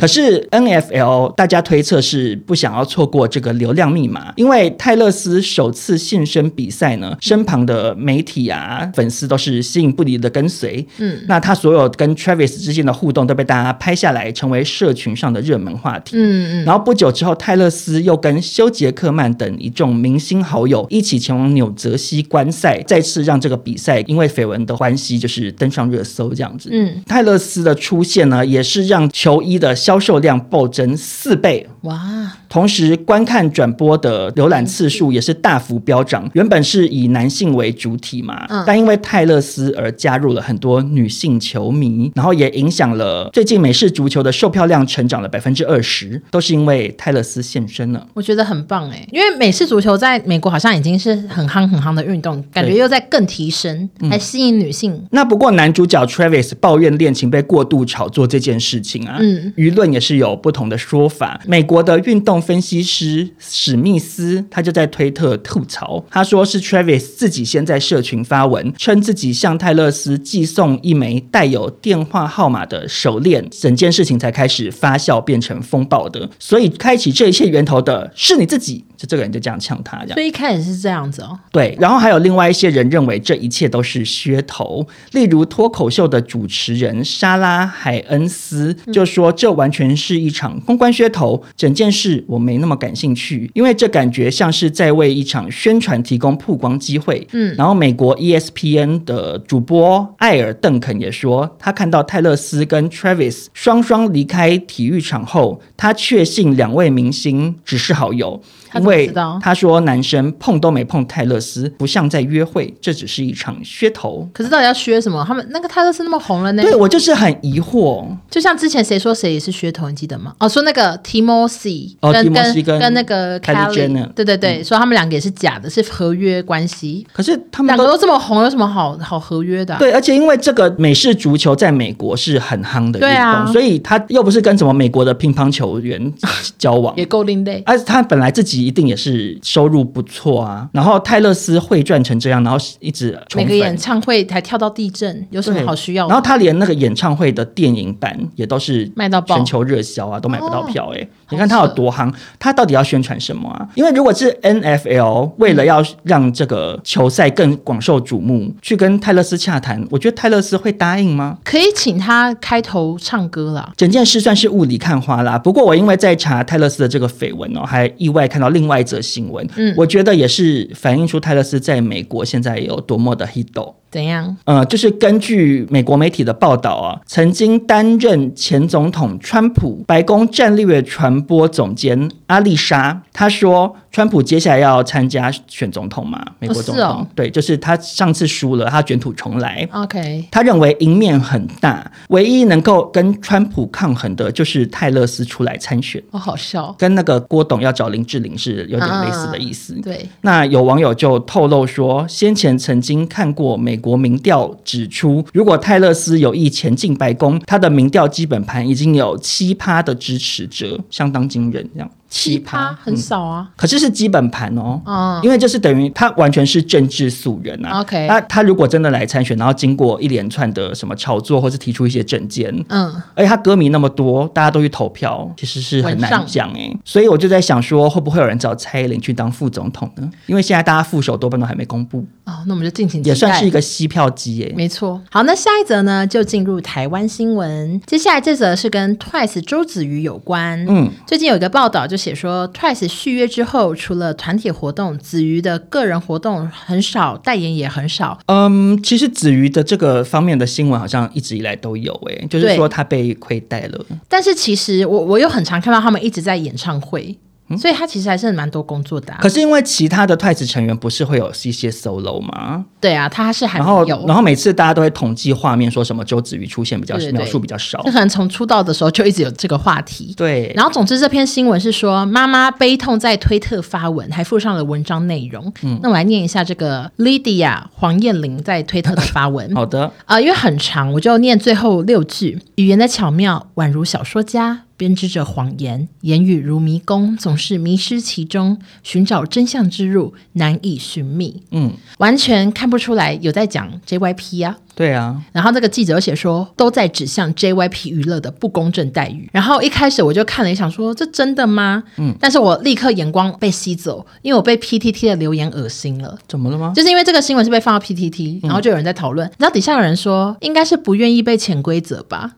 Speaker 2: 可是 NFL 大家推测是不想要错过这个流量密码，因为泰勒斯首次现身比赛呢，身旁的媒体啊、粉丝都是形影不离的跟随。嗯，那他所有跟 Travis 之间的互动都被大家拍下来，成为社群上的热门话题。
Speaker 1: 嗯嗯，
Speaker 2: 然后不久之后，泰勒斯又跟休·杰克曼等一众明星好友一起前往纽泽西观赛，再次让这个比赛因为绯闻的关系，就是登上热搜这样子。
Speaker 1: 嗯，
Speaker 2: 泰勒斯的出现呢，也是让球衣的销售量暴增四倍。
Speaker 1: 哇，
Speaker 2: 同时，观看转播的浏览次数也是大幅飙涨。原本是以男性为主体嘛，
Speaker 1: 嗯
Speaker 2: 但因为泰勒斯而加入了很多女性球迷，然后也影响了最近美式足球的售票量成长了百分之二十，都是因为泰勒斯现身了。
Speaker 1: 我觉得很棒哎、因为美式足球在美国好像已经是很夯很夯的运动，感觉
Speaker 2: 对嗯
Speaker 1: 又在更提升，还吸引女性。
Speaker 2: 那不过男主角 Travis 抱怨恋情被过度炒作这件事情啊，
Speaker 1: 嗯
Speaker 2: 舆论也是有不同的说法。美国的运动分析师史密斯他就在推特吐槽，他说是 Travis 自己先在社群发文，称自己向泰勒斯寄送一枚带有电话号码的手链，整件事情才开始发酵变成风暴的。所以开启这一切源头的是你自己，就这个人就这样呛他这样。
Speaker 1: 所以一开始是这样子哦，
Speaker 2: 对，然后还有另外一些人认为这一切都是噱头，例如脱口秀的主持人莎拉·海恩斯
Speaker 1: 嗯
Speaker 2: 就说这完全是一场公关噱头，整件事我没那么感兴趣，因为这感觉像是在为一场宣传提供曝光机会。嗯，然后美国 ESPN 的主播艾尔·邓肯也说，他看到泰勒斯跟 Travis 双双离开体育场后，他确信两位明星只是好友，
Speaker 1: 他怎
Speaker 2: 因
Speaker 1: 么
Speaker 2: 为
Speaker 1: 知道
Speaker 2: 他说男生碰都没碰泰勒斯，不像在约会，这只是一场噱头。
Speaker 1: 可是到底要削什么？他们那个泰勒斯那么红了呢，
Speaker 2: 对我就是很疑惑，
Speaker 1: 就像之前谁说谁也是噱头，你记得吗？哦，说那个 Timothy
Speaker 2: 哦
Speaker 1: 跟
Speaker 2: Timothy
Speaker 1: 跟
Speaker 2: 跟
Speaker 1: 那个
Speaker 2: Kylie
Speaker 1: Kelly，
Speaker 2: Jenner
Speaker 1: 对对对，说他们两个也是假的，是合约关系。
Speaker 2: 可是他们
Speaker 1: 两个
Speaker 2: 都。
Speaker 1: 都这么红，有什么好好合约的啊、
Speaker 2: 对，而且因为这个美式足球在美国是很夯的运动，
Speaker 1: 对啊
Speaker 2: 所以他又不是跟什么美国的乒乓球员交往，
Speaker 1: 也够另类。
Speaker 2: 而且他本来自己一定也是收入不错啊。然后泰勒斯会赚成这样，然后一直宠
Speaker 1: 每
Speaker 2: 粉
Speaker 1: 个演唱会还跳到地震，有什么
Speaker 2: 对
Speaker 1: 好需要的？
Speaker 2: 然后他连那个演唱会的电影版也都是
Speaker 1: 卖到爆哦
Speaker 2: 全球热销啊，都买不到票哎、你看
Speaker 1: 好
Speaker 2: 他有
Speaker 1: 扯
Speaker 2: 多夯，他到底要宣传什么啊？因为如果是 NFL 为了要让这个球赛更广受瞩目，去跟泰勒斯洽谈，我觉得泰勒斯会答应吗？
Speaker 1: 可以请他开头唱歌啦。
Speaker 2: 整件事算是雾里看花啦。不过我因为在查泰勒斯的这个绯闻哦，还意外看到另外一则新闻，
Speaker 1: 嗯
Speaker 2: 我觉得也是反映出泰勒斯在美国现在有多么的 hit 哦
Speaker 1: 怎样？
Speaker 2: 呃，就是根据美国媒体的报道啊，曾经担任前总统川普白宫战略传播总监阿丽莎，她说，川普接下来要参加选总统嘛，美国总
Speaker 1: 是
Speaker 2: 统，
Speaker 1: 哦
Speaker 2: 对，就是他上次输了，他卷土重来。
Speaker 1: OK，
Speaker 2: 他认为赢面很大，唯一能够跟川普抗衡的就是泰勒斯出来参选，
Speaker 1: 我哦好笑。
Speaker 2: 跟那个郭董要找林志玲是有点类似
Speaker 1: 啊
Speaker 2: 的意思。
Speaker 1: 对，
Speaker 2: 那有网友就透露说，先前曾经看过美国民调指出，如果泰勒斯有意前进白宫，他的民调基本盘已经有七趴的支持者，相当惊人。这样
Speaker 1: 奇葩很少啊。
Speaker 2: 可是是基本盘哦。
Speaker 1: 嗯，
Speaker 2: 因为就是等于他完全是政治素人啊
Speaker 1: OK
Speaker 2: 那他如果真的来参选，然后经过一连串的什么炒作，或是提出一些政见，
Speaker 1: 嗯，
Speaker 2: 而且他歌迷那么多，大家都去投票，其实是很难讲哎、所以我就在想说，会不会有人找蔡依林去当副总统呢？因为现在大家副手多半都还没公布。
Speaker 1: 哦，那我们就敬请期待
Speaker 2: 也算是一个吸票机欸耶、
Speaker 1: 没错。好，那下一则呢，就进入台湾新闻。接下来这则是跟 Twice 周子瑜有关。
Speaker 2: 嗯，
Speaker 1: 最近有一个报道就写说，Twice 续约之后，除了团体活动，子瑜的个人活动很少，代言也很少。
Speaker 2: 嗯，其实子瑜的这个方面的新闻好像一直以来都有诶、就是
Speaker 1: 对
Speaker 2: 说他被亏待了。
Speaker 1: 但是其实我我有很常看到他们一直在演唱会，所以他其实还是蛮多工作的、啊
Speaker 2: 嗯可。是因为其他的 Twice 成员不是会有一些 solo 吗？
Speaker 1: 对啊，他是还
Speaker 2: 然
Speaker 1: 没
Speaker 2: 后
Speaker 1: 有，
Speaker 2: 然后每次大家都会统计画面，说什么周子瑜出现比较
Speaker 1: 对对对
Speaker 2: 描述比较少
Speaker 1: 就。可能从出道的时候就一直有这个话题。
Speaker 2: 对，
Speaker 1: 然后，总之这篇新闻是说，妈妈悲痛在推特发文，还附上了文章内容。那我来念一下这个 Lydia 黄燕玲在推特的发文。
Speaker 2: 好的，
Speaker 1: 啊、因为很长，我就念最后六句。语言的巧妙，宛如小说家编织着谎言，言语如迷宫，总是迷失其中，寻找真相之路难以寻觅，
Speaker 2: 嗯，
Speaker 1: 完全看不出来有在讲 JYP 啊。
Speaker 2: 对啊，
Speaker 1: 然后那个记者写说，都在指向 JYP 娱乐的不公正待遇。然后一开始我就看了一想说，这真的吗？嗯，但是我立刻眼光被吸走，因为我被 PTT 的留言恶心了。
Speaker 2: 怎么了吗？
Speaker 1: 就是因为这个新闻是被放到 PTT，然后
Speaker 2: 嗯
Speaker 1: 就有人在讨论，然后底下有人说应该是不愿意被潜规则吧，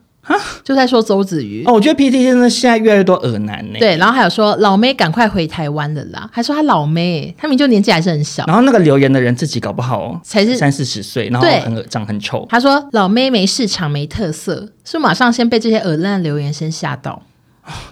Speaker 1: 就在说周子瑜。
Speaker 2: 哦，我觉得 P T 真的现在越来越多耳男呢、，
Speaker 1: 对，然后还有说老妹赶快回台湾了啦，还说她老妹，她明明就年纪还是很小。
Speaker 2: 然后那个留言的人自己搞不好哦
Speaker 1: 才是
Speaker 2: 三四十岁，然后
Speaker 1: 对
Speaker 2: 很长很丑。
Speaker 1: 她说老妹没市场没特色，是马上先被这些耳烂留言先吓到。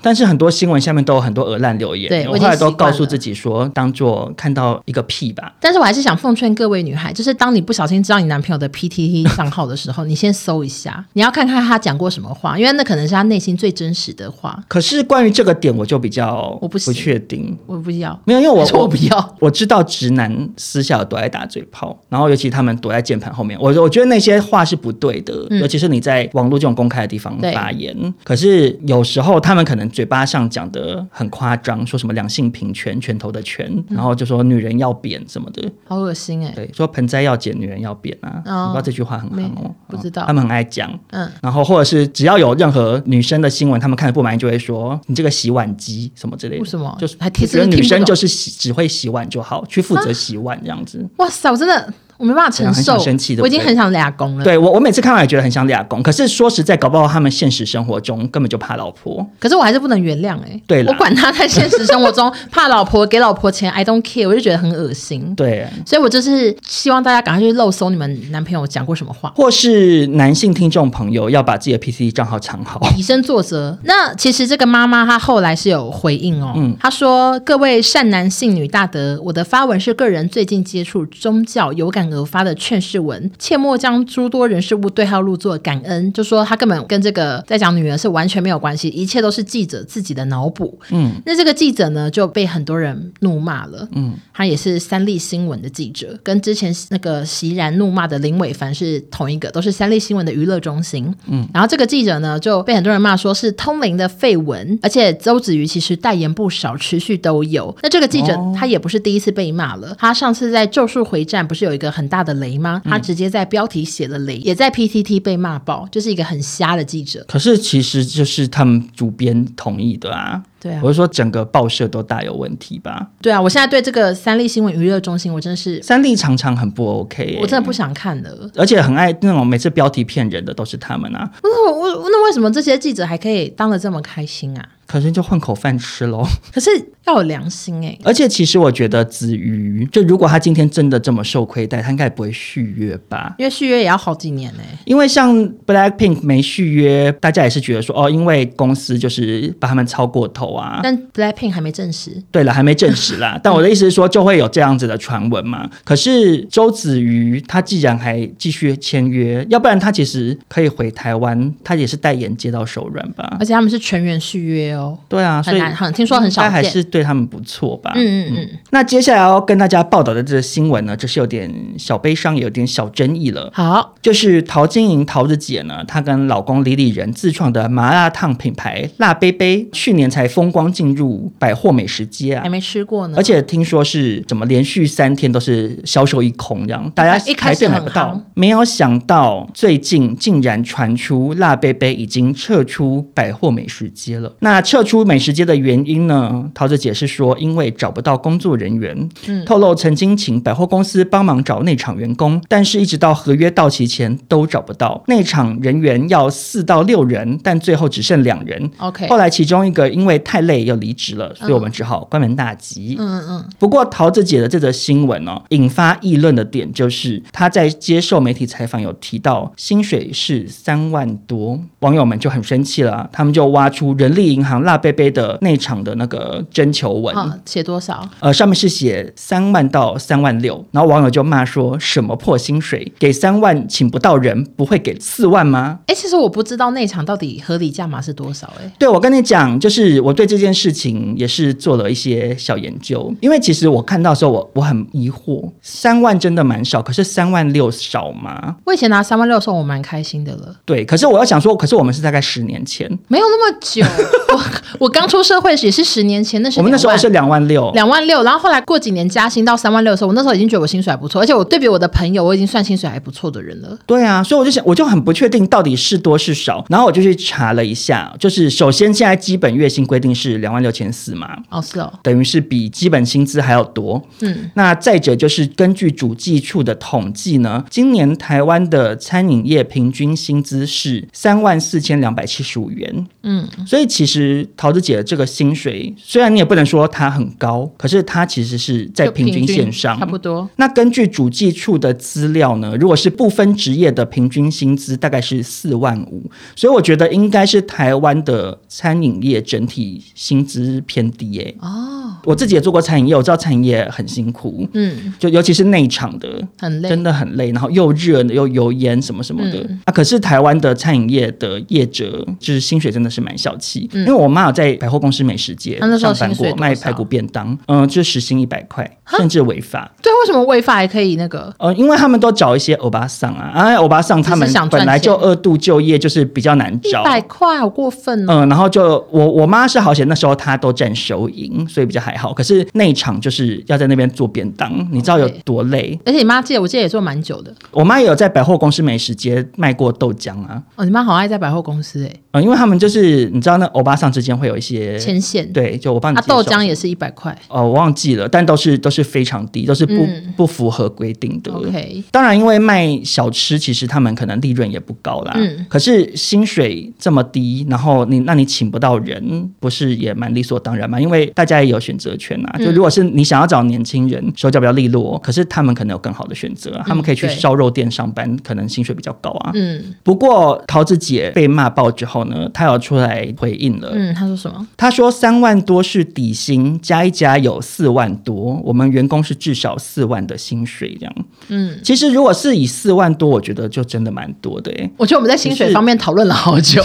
Speaker 2: 但是很多新闻下面都有很多鹅烂留言，
Speaker 1: 对我
Speaker 2: 我
Speaker 1: 已
Speaker 2: 后
Speaker 1: 经
Speaker 2: 来都
Speaker 1: 习惯
Speaker 2: 告诉
Speaker 1: 了
Speaker 2: 自己说，当做看到一个屁吧。
Speaker 1: 但是我还是想奉劝各位女孩，就是当你不小心知道你男朋友的
Speaker 2: [laughs]
Speaker 1: PTT 账号的时候，你先搜一下，你要看看他讲过什么话，因为那可能是他内心最真实的话。
Speaker 2: 可是关于这个点，我就比较
Speaker 1: 我不行
Speaker 2: 不确定，
Speaker 1: 我不要，
Speaker 2: 没有，因为
Speaker 1: 我
Speaker 2: 我
Speaker 1: 说我不要。
Speaker 2: 我知道直男私下有多爱打嘴炮，然后尤其他们躲在键盘后面，我我觉得那些话是不对的，尤其是你在网络这种公开的地方
Speaker 1: 嗯对
Speaker 2: 发言。可是有时候他们可能嘴巴上讲的很夸张，说什么两性平权、拳头的拳，
Speaker 1: 嗯
Speaker 2: 然后就说女人要扁什么的，
Speaker 1: 好恶心哎、
Speaker 2: 对，说盆栽要剪，女人要扁啊，
Speaker 1: 哦
Speaker 2: 你不知道这句话很
Speaker 1: 没
Speaker 2: 好哦，
Speaker 1: 不知道
Speaker 2: 他们很爱讲。
Speaker 1: 嗯，
Speaker 2: 然后，或者是只要有任何女生的新闻，他们看了不满意，就会说你这个洗碗机什么之类的。
Speaker 1: 为什么
Speaker 2: 就是
Speaker 1: 哦还提
Speaker 2: 觉得
Speaker 1: 真的
Speaker 2: 女
Speaker 1: 听不
Speaker 2: 生
Speaker 1: 懂
Speaker 2: 就是洗只会洗碗就好，去
Speaker 1: 啊
Speaker 2: 负责洗碗这样子。
Speaker 1: 哇塞，我真的我没办法承
Speaker 2: 很
Speaker 1: 受，
Speaker 2: 想生气对不
Speaker 1: 我已经
Speaker 2: 对
Speaker 1: 很想俩公了。，
Speaker 2: 对我，我每次看完也觉得很想俩公，可是说实在，搞不好他们现实生活中根本就怕老婆。
Speaker 1: 可是我还是不能原谅哎、
Speaker 2: 对啦
Speaker 1: 我管他在现实生活中怕老婆给老婆钱，I don't care，我就觉得很恶心。
Speaker 2: 对，
Speaker 1: 所以我就是希望大家赶快去漏搜你们男朋友讲过什么话。
Speaker 2: 或是男性听众朋友要把自己的 PC 账号藏好。
Speaker 1: 以身作则。那其实这个妈妈她后来是有回应哦，她说：“各位善男信女大德，我的发文是个人最近接触宗教有感而发的劝世文，切莫将诸多人事物对号入座，感恩。”就说她根本跟这个在讲女儿是完全没有关系，一切都是记者自己的脑补。
Speaker 2: 嗯，
Speaker 1: 那这个记者呢就被很多人怒骂了。嗯，他也是三立新闻的记者，跟之前那个袭然怒骂的林伟凡是同一个，都是三立新闻的娱乐中心。嗯，然后这个记者呢就被很多人骂说是通灵的绯闻，而且周子瑜其实代言不少，持续都有。那这个记者他也不是第一次被骂了，他上次在《咒术回战》不是有一个很大的雷吗？他直接在标题写了雷，也在 PTT 被骂爆，就是一个很瞎的记者。
Speaker 2: 可是其实就是他们主编同意的啊。
Speaker 1: 对啊
Speaker 2: 我，是说整个报社都大有问题吧。
Speaker 1: 对啊，我现在对这个三立新闻娱乐中心，我真的是
Speaker 2: 三立常常很不 OK，欸、
Speaker 1: 我真的不想看了。
Speaker 2: 而且很爱那种每次标题骗人的都是他们啊，
Speaker 1: 那我我那为什么这些记者还可以当的这么开心啊？
Speaker 2: 可是就混口饭吃喽。
Speaker 1: 可是要有良心哎、
Speaker 2: 而且其实我觉得子瑜，就如果他今天真的这么受亏待，他应该也不会续约吧。
Speaker 1: 因为续约也要好几年哎、
Speaker 2: 因为像 Blackpink 没续约，大家也是觉得说哦，因为公司就是把他们超过头啊。
Speaker 1: 但 Blackpink 还没证实。
Speaker 2: 对了，还没证
Speaker 1: [laughs]
Speaker 2: 实啦。但我的意思是说，就会有这样子的传闻嘛。可是周子瑜他既然还继续签约，要不然他其实可以回台湾，他也是代言接到手软吧
Speaker 1: 而。且他们是全员续约哦，
Speaker 2: 对啊，所
Speaker 1: 很
Speaker 2: 以
Speaker 1: 难，很听说很少
Speaker 2: 应该还
Speaker 1: 见。
Speaker 2: 是啊对他们不错吧。
Speaker 1: 嗯嗯嗯，
Speaker 2: 那接下来要跟大家报道的这个新闻呢，这是有点小悲伤，也有点小争议了。
Speaker 1: 好，
Speaker 2: 就是陶晶莹桃子姐呢，她跟老公李李仁自创的麻辣烫品牌辣杯杯，去年才风光进入百货美食街啊
Speaker 1: 还。没吃过呢。
Speaker 2: 而且听说是怎么连续三天都是销售一空，这样大家
Speaker 1: 一开
Speaker 2: 排
Speaker 1: 始
Speaker 2: 队买
Speaker 1: 很
Speaker 2: 不到
Speaker 1: 夯。
Speaker 2: 没有想到最近竟然传出辣贝贝已经撤出百货美食街了。那撤出美食街的原因呢？桃子解释说，因为找不到工作人员，
Speaker 1: 嗯
Speaker 2: 透露曾经请百货公司帮忙找内场员工，但是一直到合约到期前都找不到。内场人员要四到六人，但最后只剩两人。
Speaker 1: OK
Speaker 2: 后来其中一个因为太累又离职了，所以我们只好关门大吉。
Speaker 1: 嗯嗯
Speaker 2: 不过桃子姐的这则新闻哦，引发议论的点就是她在接受媒体采访有提到薪水是三万多，网友们就很生气了啊，他们就挖出人力银行辣贝贝的内场的那个征求文。
Speaker 1: 嗯，好，写多少？
Speaker 2: 呃，上面是写三万到三万六，然后网友就骂说什么破薪水，给三万请不到人，不会给四万吗？
Speaker 1: 哎、其实我不知道内场到底合理价码是多少、哎，
Speaker 2: 对，我跟你讲，就是我对这件事情也是做了一些小研究，因为其实我看到的时候我，我很疑惑，三万真的蛮少，可是三万六少吗？
Speaker 1: 我以前拿三万六的时候，我蛮开心的了，
Speaker 2: 对，可是我要想说，可是我们是大概十年前，
Speaker 1: 没有那么
Speaker 2: [laughs]
Speaker 1: 久。我我刚出社会也是十年前，那是
Speaker 2: 我们那时候
Speaker 1: 两万
Speaker 2: 是两万六，
Speaker 1: 两万六，然后后来过几年加薪到三万六的时候，我那时候已经觉得我薪水还不错，而且我对比我的朋友，我已经算薪水还不错的人了。
Speaker 2: 对啊，所以我就想，我就很不确定到底是多是少，然后我就去查了一下，就是首先现在基本月薪规定是两万六千四嘛，
Speaker 1: 哦，是哦，
Speaker 2: 等于是比基本薪资还要多。
Speaker 1: 嗯，
Speaker 2: 那再者就是根据主计处的统计呢，今年台湾的餐饮业平均薪资是三万四千两百七十五元。
Speaker 1: 嗯，
Speaker 2: 所以其实桃子姐的这个薪水，虽然你也不能说它很高，可是它其实是在
Speaker 1: 就
Speaker 2: 平均线上，
Speaker 1: 差不多。
Speaker 2: 那根据主计处的资料呢，如果是不分职业的平均薪资大概是四万五，所以我觉得应该是台湾的餐饮业整体薪资偏低耶、
Speaker 1: 哦，
Speaker 2: 我自己也做过餐饮业，我知道餐饮业很辛苦，
Speaker 1: 嗯，
Speaker 2: 就尤其是内场的，
Speaker 1: 很累，
Speaker 2: 真的很累，然后又热又油烟什么什么的、
Speaker 1: 嗯
Speaker 2: 啊。可是台湾的餐饮业的业者就是薪水真的是蛮小气，
Speaker 1: 嗯
Speaker 2: 因为我妈有在百货公司美食街
Speaker 1: 她那时候
Speaker 2: 上班
Speaker 1: 薪水
Speaker 2: 过，
Speaker 1: 多
Speaker 2: 卖
Speaker 1: 少
Speaker 2: 排骨便当，嗯，就是时薪一百块，甚至违法。
Speaker 1: 对，为什么喂法还可以那个？
Speaker 2: 呃，因为他们都找一些欧巴桑啊，啊，欧巴桑他
Speaker 1: 只
Speaker 2: 们
Speaker 1: 是想赚
Speaker 2: 本来就
Speaker 1: 钱
Speaker 2: 二度就业，就是比较难
Speaker 1: 一
Speaker 2: 找。
Speaker 1: 百块，好过分哦！
Speaker 2: 嗯，然后就我我妈是好险，那时候她都占收银，所以比较还好。可是内场就是要在那边做便当，你知道有多累？
Speaker 1: 而且你妈记得，我记得也做蛮久的
Speaker 2: 我妈也有在百货公司美食街卖过豆浆啊，
Speaker 1: 哦。你妈好爱在百货公司哎、
Speaker 2: 嗯，因为他们就是你知道那欧巴桑之间会有一些
Speaker 1: 牵线，
Speaker 2: 对，就我帮你
Speaker 1: 啊，
Speaker 2: 介绍
Speaker 1: 豆浆也是一百块。
Speaker 2: 哦，我忘记了，但都是都是非常低，都是不、
Speaker 1: 嗯
Speaker 2: 不符合规定的。
Speaker 1: OK，
Speaker 2: 当然，因为卖小吃，其实他们可能利润也不高啦。
Speaker 1: 嗯
Speaker 2: 可是薪水这么低，然后你那你请不到人，不是也蛮理所当然嘛？因为大家也有选择权啊。就
Speaker 1: 嗯
Speaker 2: 如果是你想要找年轻人，手脚比较利落，可是他们可能有更好的选择啊，他们可以去
Speaker 1: 嗯对
Speaker 2: 烧肉店上班，可能薪水比较高啊。
Speaker 1: 嗯
Speaker 2: 不过桃子姐被骂爆之后呢，她有出来回应了。
Speaker 1: 嗯，她说什么？
Speaker 2: 她说三万多是底薪，加一加有四万多，我们员工是至少四万的薪水这样。
Speaker 1: 嗯，
Speaker 2: 其实如果是以四万多，我觉得就真的蛮多的欸诶，
Speaker 1: 我觉得我们在薪水方面讨论了好
Speaker 2: [laughs]
Speaker 1: 久。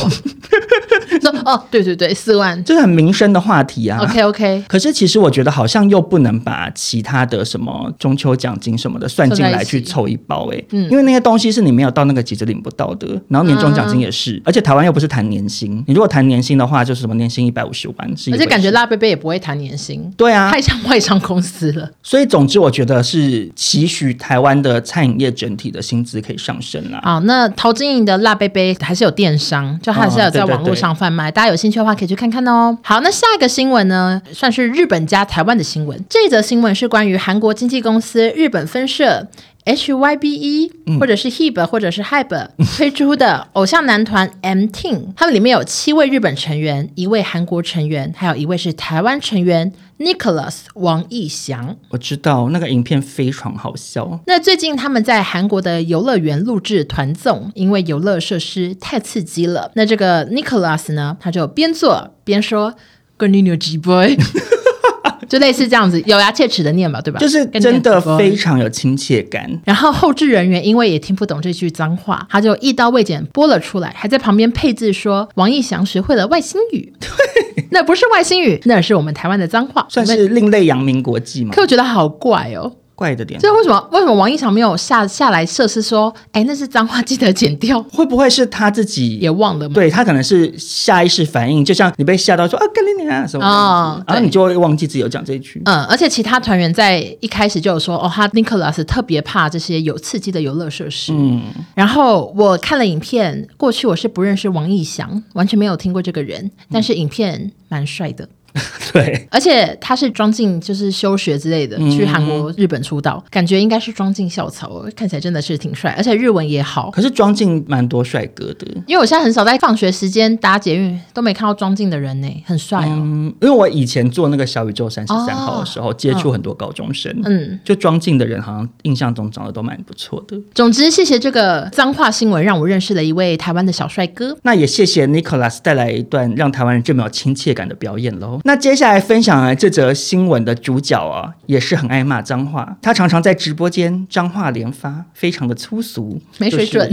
Speaker 1: 说哦，对对对，四万。
Speaker 2: 这是很民生的话题啊。
Speaker 1: OK OK，
Speaker 2: 可是其实我觉得好像又不能把其他的什么中秋奖金什么的算进
Speaker 1: 凑在
Speaker 2: 来
Speaker 1: 一起
Speaker 2: 去凑一包诶，
Speaker 1: 嗯
Speaker 2: 因为那些东西是你没有到那个级就领不到的，然后年终奖金也
Speaker 1: 啊
Speaker 2: 是，而且台湾又不是谈年薪，你如果谈年薪的话，就是什么年薪一百五十万是一
Speaker 1: 而
Speaker 2: 回事，
Speaker 1: 且感觉辣贝贝也不会谈年薪，
Speaker 2: 对啊，
Speaker 1: 太像外商公司了。
Speaker 2: 所以总之我觉得是期许台湾的餐饮业整体的薪资可以上升啦。
Speaker 1: 啊，那陶晶莹的辣贝贝还是有电商，就它还是有在网络上贩卖，大家有兴趣的话可以去看看哦。好，那下一个新闻呢，算是日本加台湾的新闻。这则新闻是关于韩国经纪公司日本分社。HYBE E 或者是 HIB 或者是 HIB E 推出的偶像男团 MTEEN，他们里面有七位日本成员，一位韩国成员，还有一位是台湾成员 Nicholas 王义祥。
Speaker 2: 我知道那个影片非常好笑，
Speaker 1: 那最近他们在韩国的游乐园录制团综，因为游乐设施太刺激了。那这个 Nicholas 呢，他就边做边说 g o n i n o G boy”，就类似这样子，咬牙切齿的念吧，对吧？
Speaker 2: 就是
Speaker 1: “Gonyo
Speaker 2: 真的
Speaker 1: G boy
Speaker 2: 非常有亲切感。
Speaker 1: 然后后置人员因为也听不懂这句脏话，他就一刀未剪播了出来，还在旁边配字说王义祥学会了外星
Speaker 2: [laughs]
Speaker 1: 语。对，那不是外星语，那是我们台湾的脏话。
Speaker 2: 算
Speaker 1: 我们
Speaker 2: 是另类扬名国际嘛
Speaker 1: 可？我觉得好怪哦。
Speaker 2: 怪的点。
Speaker 1: 这为什么为什么王一翔没有下下来设施说，哎，那是脏话，记得剪掉， [laughs]
Speaker 2: 会不会是他自己
Speaker 1: 也忘了吗？
Speaker 2: 对他可能是下意识反应，就像你被吓到说啊，干你娘什么的，
Speaker 1: 哦
Speaker 2: 然后
Speaker 1: 对
Speaker 2: 你就会忘记自己有讲这一句。
Speaker 1: 嗯，而且其他团员在一开始就有说，哦，他 Nicholas 特别怕这些有刺激的游乐设施。
Speaker 2: 嗯，
Speaker 1: 然后我看了影片，过去我是不认识王义祥，完全没有听过这个人，
Speaker 2: 嗯
Speaker 1: 但是影片蛮帅的，
Speaker 2: 对， [laughs]
Speaker 1: 而且他是装进就是休学之类的，
Speaker 2: 嗯
Speaker 1: 去韩国、日本出道，感觉应该是装进校草哦，看起来真的是挺帅，而且日文也好。
Speaker 2: 可是庄敬蛮多帅哥的。
Speaker 1: 因为我现在很少在放学时间搭捷运，都没看到装进的人呢，很帅哦。
Speaker 2: 嗯，因为我以前做那个小宇宙三十
Speaker 1: 哦
Speaker 2: 三号的时候，接触很多高中生，
Speaker 1: 嗯，
Speaker 2: 就装进的人好像印象中长得都蛮不错的。
Speaker 1: 总之，谢谢这个脏话新闻，让我认识了一位台湾的小帅哥。
Speaker 2: 那也谢谢 Nicholas 带来一段让台湾人这么有亲切感的表演喽。那接下来分享的这则新闻的主角啊，也是很爱骂脏话，他常常在直播间脏话连发，非常的粗俗，
Speaker 1: 没水准。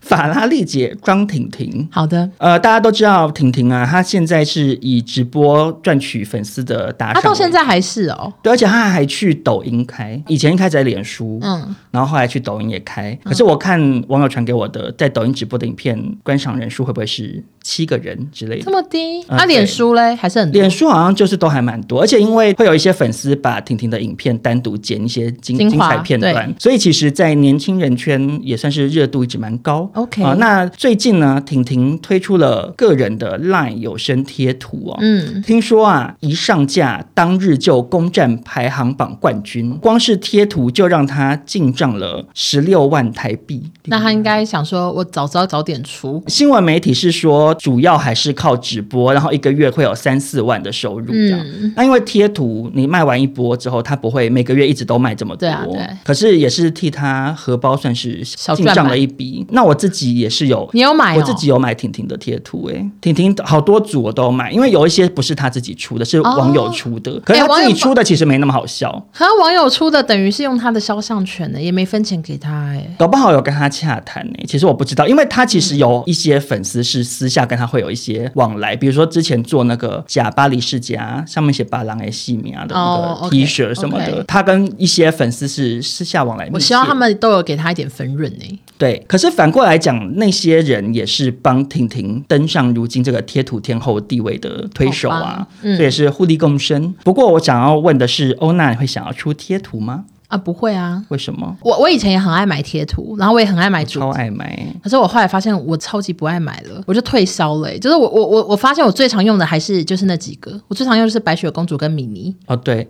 Speaker 2: 法拉利姐庄婷婷。
Speaker 1: 好的，
Speaker 2: 呃，大家都知道婷婷啊，她现在是以直播赚取粉丝的打赏为
Speaker 1: 他
Speaker 2: 主，
Speaker 1: 啊到现在还是哦，
Speaker 2: 对，而且她还去抖音开，以前一开始在脸书，
Speaker 1: 嗯，
Speaker 2: 然后后来去抖音也开。可是我看网友传给我的在抖音直播的影片，观赏人数会不会是七个人之类
Speaker 1: 这
Speaker 2: 的？
Speaker 1: 么低。
Speaker 2: 嗯
Speaker 1: 啊，
Speaker 2: 对
Speaker 1: 脸书嘞还是很多
Speaker 2: 脸书好像就是都还蛮多，而且因为会有一些粉丝把婷婷的影片单独剪一些精
Speaker 1: 精
Speaker 2: 精
Speaker 1: 华
Speaker 2: 彩片段，所以其实，在年轻人圈也算是热度一直蛮高。
Speaker 1: OK
Speaker 2: 啊、那最近呢，婷婷推出了个人的 LINE 有声贴图哦，
Speaker 1: 嗯，
Speaker 2: 听说啊，一上架当日就攻占排行榜冠军，光是贴图就让他进账了十六万台币。
Speaker 1: 那他应该想说，我早知道早点出。
Speaker 2: 新闻媒体是说，主要还是靠直播，然后一个月会有三四万的收入这样。
Speaker 1: 嗯，
Speaker 2: 那因为贴图你卖完一波之后，他不会每个月一直都卖这么多，
Speaker 1: 对啊对
Speaker 2: 可是也是替他荷包算是
Speaker 1: 小
Speaker 2: 进
Speaker 1: 赚
Speaker 2: 账
Speaker 1: 吧
Speaker 2: 了一笔。那我自己也是有
Speaker 1: 你有买、哦？
Speaker 2: 我自己有买婷婷的贴图、欸，婷婷好多组我都有买，因为有一些不是她自己出的，是网友出的，可是
Speaker 1: 哦
Speaker 2: 她
Speaker 1: 哎网
Speaker 2: 自
Speaker 1: 友
Speaker 2: 己出的其实没那么好笑，
Speaker 1: 和网友出的等于是用他的肖像权的，也没分钱给他哎。
Speaker 2: 搞不好有跟她洽谈呢、其实我不知道，因为她其实有一些粉丝是私下跟她会有一些往来，比如说之前做那个假巴黎世家，上面写巴郎哎西米啊
Speaker 1: 哦
Speaker 2: 的那个
Speaker 1: ，OK，
Speaker 2: T 恤什么的
Speaker 1: OK，
Speaker 2: 她跟一些粉丝是私下往来密切。
Speaker 1: 我希望他们都有给他一点分润哎。
Speaker 2: 对，可是反过来讲，那些人也是帮婷婷登上如今这个贴图天后地位的推手
Speaker 1: 好
Speaker 2: 啊
Speaker 1: 吧，嗯
Speaker 2: 这也是互利共生。不过我想要问的是，欧娜你会想要出贴图吗？
Speaker 1: 啊，不会啊，
Speaker 2: 为什么？
Speaker 1: 我我以前也很爱买贴图，然后我也很爱买主
Speaker 2: 超爱买，
Speaker 1: 可是我后来发现我超级不爱买了，我就退烧了、欸。就是我我我我发现我最常用的还是就是那几个，我最常用的是白雪公主跟米妮， [laughs]
Speaker 2: 哦，对，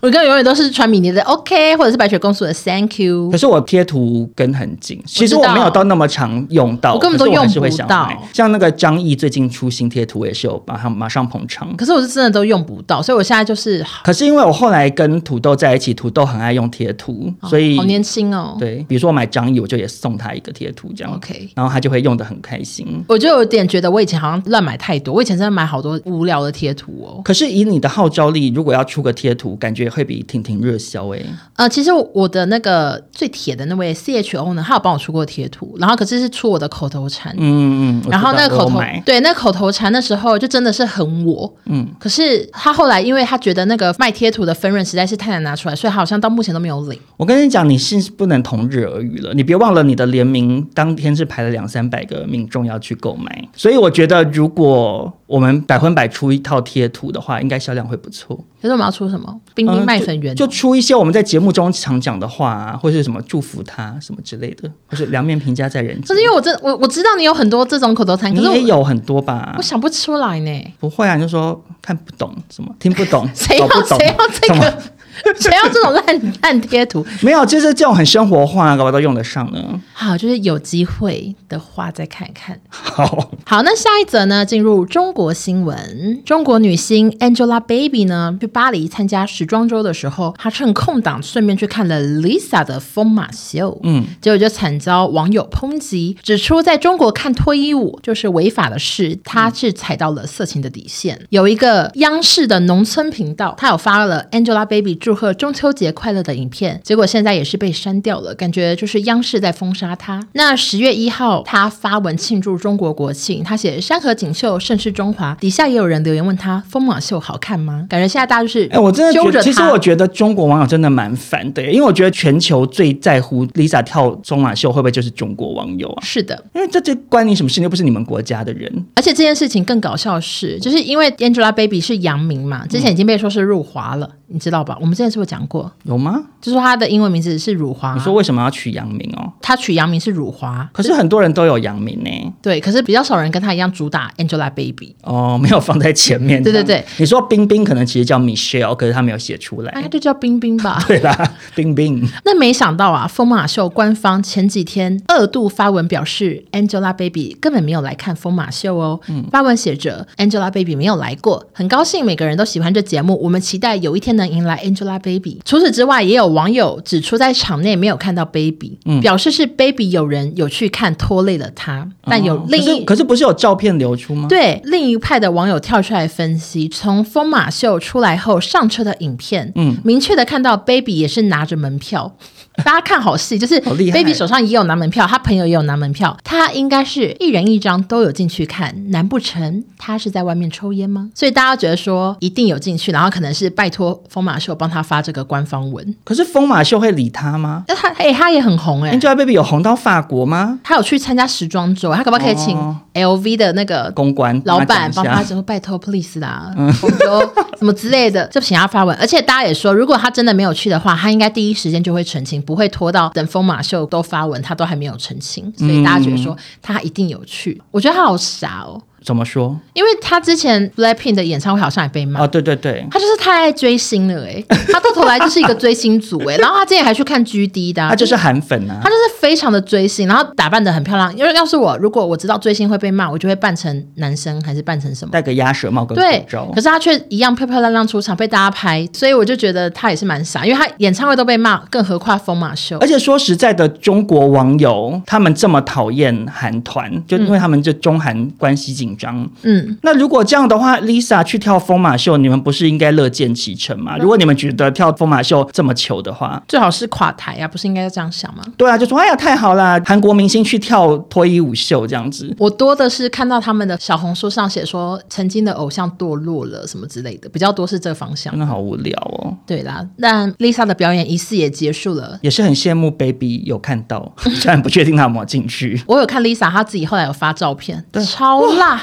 Speaker 1: 我跟永远都是穿米妮的 OK，或者是白雪公主的 Thank you
Speaker 2: 可。是我贴图跟很紧，其实
Speaker 1: 我
Speaker 2: 我
Speaker 1: 知道
Speaker 2: 没有到那么常用到，
Speaker 1: 我根本都
Speaker 2: 可是还是
Speaker 1: 用
Speaker 2: 会
Speaker 1: 不
Speaker 2: 想
Speaker 1: 到
Speaker 2: 买。像那个张译最近出新贴图，我也是有马上马上捧场。
Speaker 1: 可是我是真的都用不到，所以我现在就是
Speaker 2: 可是因为我后来跟土豆在一起，土豆很爱用贴图，所以
Speaker 1: 好年轻哦。
Speaker 2: 对，比如说我买张译，我就也送他一个贴图这样。
Speaker 1: OK
Speaker 2: 然后他就会用的很开心。
Speaker 1: 我就有点觉得我以前好像乱买太多，我以前真的买好多无聊的贴图哦。
Speaker 2: 可是以你的号召力，如果要出个贴图，感觉会比婷婷热销哎、
Speaker 1: 呃，其实我的那个最铁的那位 CHO 呢，他有帮我出过贴图，然后可是是出我的口头禅，
Speaker 2: 嗯嗯，我
Speaker 1: 然后
Speaker 2: 知
Speaker 1: 那个
Speaker 2: 道我有
Speaker 1: 口头
Speaker 2: 买
Speaker 1: 对那口头禅的时候，就真的是很我。嗯，可是他后来因为他觉得那个卖贴图的分润实在是太难拿出来，所以他好像到目前都没有领。
Speaker 2: 我跟你讲，你是不能同日而语了。你别忘了，你的联名当天是排了两三百个民众要去购买，所以我觉得如果我们百分百出一套贴图的话，应该销量会不错。
Speaker 1: 可是我们要出什么冰
Speaker 2: 嗯
Speaker 1: 冰
Speaker 2: 就
Speaker 1: 卖粉圆、
Speaker 2: 就出一些我们在节目中常讲的话、啊，或是什么祝福他什么之类的，或是两面评价在人
Speaker 1: 可
Speaker 2: 间
Speaker 1: 是。因为我真我我知道你有很多这种口头禅，可
Speaker 2: 你
Speaker 1: 是我
Speaker 2: 也有啊很多吧
Speaker 1: 我？想不出来呢。
Speaker 2: 不会啊，你就说看不懂什
Speaker 1: [laughs]
Speaker 2: 么，听不懂，
Speaker 1: 谁
Speaker 2: 搞
Speaker 1: 要
Speaker 2: 不懂
Speaker 1: 谁要这
Speaker 2: 什么
Speaker 1: 个？ [laughs] 谁要这种烂烂贴图？
Speaker 2: 没有，就是这种很生活化，搞不好都用得上呢。
Speaker 1: 好，就是有机会的话再看看。
Speaker 2: 好，
Speaker 1: 好，那下一则呢？进入中国新闻。中国女星 Angelababy 呢，去巴黎参加时装周的时候，她趁空档顺便去看了 Lisa 的疯马秀，嗯，结果就惨遭网友抨击，指出在中国看脱衣舞就是违法的事，她是踩到了色情的底线。有一个央视的农村频道，它有发了 Angelababy 祝贺中秋节快乐的影片，结果现在也是被删掉了，感觉就是央视在封杀他。那十月一号，他发文庆祝中国国庆，他写“山河锦绣盛世中华”，底下也有人留言问他“风马秀好看吗？”感觉现在大家就是
Speaker 2: 哎，我真的觉
Speaker 1: 揪
Speaker 2: 得，
Speaker 1: 着
Speaker 2: 其实
Speaker 1: 他
Speaker 2: 我觉得中国网友真的蛮烦的耶，因为我觉得全球最在乎 Lisa 跳中马秀会不会就是中国网友啊？
Speaker 1: 是的，
Speaker 2: 因为这这关你什么事？你又不是你们国家的人。
Speaker 1: 而且这件事情更搞笑的
Speaker 2: 嗯
Speaker 1: 是，就是因为 Angelababy 是洋名嘛，之前已经被说是入华了，你知道吧？我们之前是不是讲过，
Speaker 2: 有吗？
Speaker 1: 就说她的英文名字是辱华
Speaker 2: 你，说为什么要取洋名哦？
Speaker 1: 她取洋名是辱华，
Speaker 2: 可是很多人都有洋名呢、
Speaker 1: 对，可是比较少人跟她一样主打 Angelababy，
Speaker 2: 哦，没有放在前面。
Speaker 1: 对对对，
Speaker 2: 你说冰冰可能其实叫 Michelle，可是她没有写出
Speaker 1: 大概
Speaker 2: 来。
Speaker 1: 哎就叫冰冰吧。
Speaker 2: 对啦，冰冰，
Speaker 1: 那没想到啊，疯马秀官方前几天二度发文表示，Angelababy 根本没有来看疯马秀哦。
Speaker 2: 嗯
Speaker 1: 发文写着 Angelababy 没有来过，很高兴每个人都喜欢这节目，我们期待有一天能迎来 Angelababy。除此之外，也有网友指出，在场内没有看到 Baby，、表
Speaker 2: 嗯
Speaker 1: 示是 Baby 有人有去看拖累了她，但有
Speaker 2: 哦
Speaker 1: 另
Speaker 2: 可是
Speaker 1: 一
Speaker 2: 可是不是有照片流出吗？
Speaker 1: 对，另一派的网友跳出来分析，从疯马秀出来后上车的影片，嗯，明确的看到 Baby 也是拿着门票。 [laughs] 大家看好戏，就是
Speaker 2: 好厉害
Speaker 1: Baby 手上也有拿门票，他朋友也有拿门票，他应该是一人一张都有进去看，难不成他是在外面抽烟吗？所以大家觉得说一定有进去，然后可能是拜托疯马秀帮他发这个官方
Speaker 2: [laughs]
Speaker 1: 文。
Speaker 2: 可是疯马秀会理他吗
Speaker 1: 那他哎、他也很红哎、
Speaker 2: ？Angelababy 有红到法国吗？
Speaker 1: 他有去参加时装周，他可不可以请
Speaker 2: 哦
Speaker 1: LV 的那个
Speaker 2: 公关
Speaker 1: 老板帮他
Speaker 2: 他
Speaker 1: 说拜托 please 啦，我们就什么之类的，就请他发文。而且大家也说，如果他真的没有去的话，他应该第一时间就会澄清，不会拖到等风马秀都发文，他都还没有澄清。所
Speaker 2: 嗯
Speaker 1: 以大家觉得说他一定有去，我觉得他好傻哦，
Speaker 2: 怎么说？
Speaker 1: 因为他之前 Blackpink 的演唱会好像也被骂。
Speaker 2: 哦，对对对，
Speaker 1: 他就是太爱追星了
Speaker 2: [laughs]
Speaker 1: 哎、他到头来就是一个追星族哎、然后他之前还去看 GD 的、啊，
Speaker 2: 他就是韩粉啊
Speaker 1: 她。就是非常的追星，然后打扮的很漂亮。因为要是我，如果我知道追星会被骂，我就会扮成男生还是扮成什么？
Speaker 2: 戴个鸭舌帽跟
Speaker 1: 对
Speaker 2: 口，罩
Speaker 1: 可，是她却一样漂漂亮亮出场，被大家拍，所以我就觉得她也是蛮傻，因为她演唱会都被骂，更何况疯马秀
Speaker 2: 而。且说实在的，中国网友他们这么讨厌韩团，就因为他们这中韩关系紧张。
Speaker 1: 嗯，
Speaker 2: 那如果这样的话，Lisa 去跳疯马秀，你们不是应该乐见其成
Speaker 1: 嗯
Speaker 2: 吗？如果你们觉得跳疯马秀这么糗的话，
Speaker 1: 最好是垮台啊，不是应该要这样想吗？
Speaker 2: 对啊，就说哎呀太好啦，韩国明星去跳脱衣舞秀这样子。
Speaker 1: 我多的是看到他们的小红书上写说曾经的偶像堕落了什么之类的，比较多是这个方向
Speaker 2: 真。的好无聊哦，
Speaker 1: 对啦，那 Lisa 的表演仪式也结束了，
Speaker 2: 也是很羡慕 Baby 有看到， [laughs] 虽然不确定他有没有进去，
Speaker 1: 我有看 Lisa 她自己后来有发照片，超辣。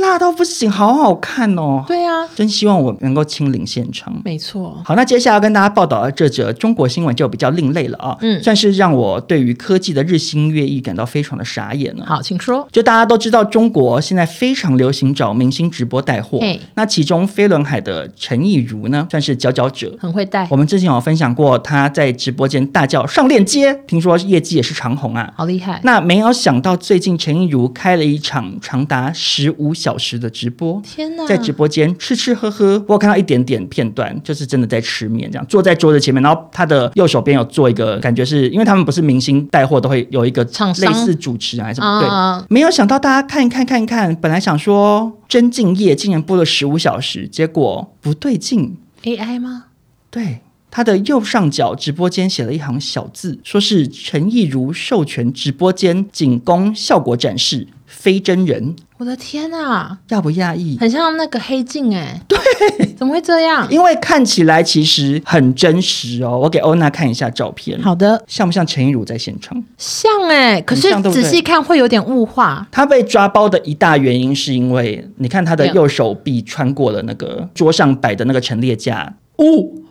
Speaker 2: 辣到不行，好好看哦，
Speaker 1: 对啊，
Speaker 2: 真希望我能够亲临现场。
Speaker 1: 没错，
Speaker 2: 好，那接下来要跟大家报道的这则中国新闻就比较另类了啊，
Speaker 1: 嗯
Speaker 2: 算是让我对于科技的日新月异感到非常的傻眼了。
Speaker 1: 好，请说。
Speaker 2: 就大家都知道，中国现在非常流行找明星直播带货
Speaker 1: 嘿。
Speaker 2: 那其中飞轮海的陈亦儒呢，算是佼佼者。
Speaker 1: 很会带
Speaker 2: 我，们之前有分享过，他在直播间大叫上链接，听说业绩也是长虹啊。
Speaker 1: 好厉害。
Speaker 2: 那没有想到，最近陈亦儒开了一场长达十五小时的直播，
Speaker 1: 天哪！
Speaker 2: 在直播间吃吃喝喝，我有看到一点点片段，就是真的在吃面，这样坐在桌子前面，然后他的右手边有做一个，感觉是因为他们不是明星带货都会有一个
Speaker 1: 厂商
Speaker 2: 类似主持人还是什么，对，
Speaker 1: 啊，
Speaker 2: 没有想到大家看一看看一看，本来想说真敬业竟然播了十五小时，结果不对劲，
Speaker 1: AI 吗？
Speaker 2: 对。他的右上角直播间写了一行小字，说是陈亦儒授权直播间仅供效果展示，非真人，
Speaker 1: 我的天哪，
Speaker 2: 讶不讶异？
Speaker 1: 很像那个黑镜哎、对，怎么会这样？
Speaker 2: 因为看起来其实很真实哦。我给欧娜看一下照片，
Speaker 1: 好的，
Speaker 2: 像不像陈亦儒在现场？
Speaker 1: 像哎、可是
Speaker 2: 像对不
Speaker 1: 仔
Speaker 2: 对
Speaker 1: 细看会有点物化。
Speaker 2: 他被抓包的一大原因是因为，你看他的
Speaker 1: 没有
Speaker 2: 右手臂穿过了那个桌上摆的那个陈列架。
Speaker 1: 哦，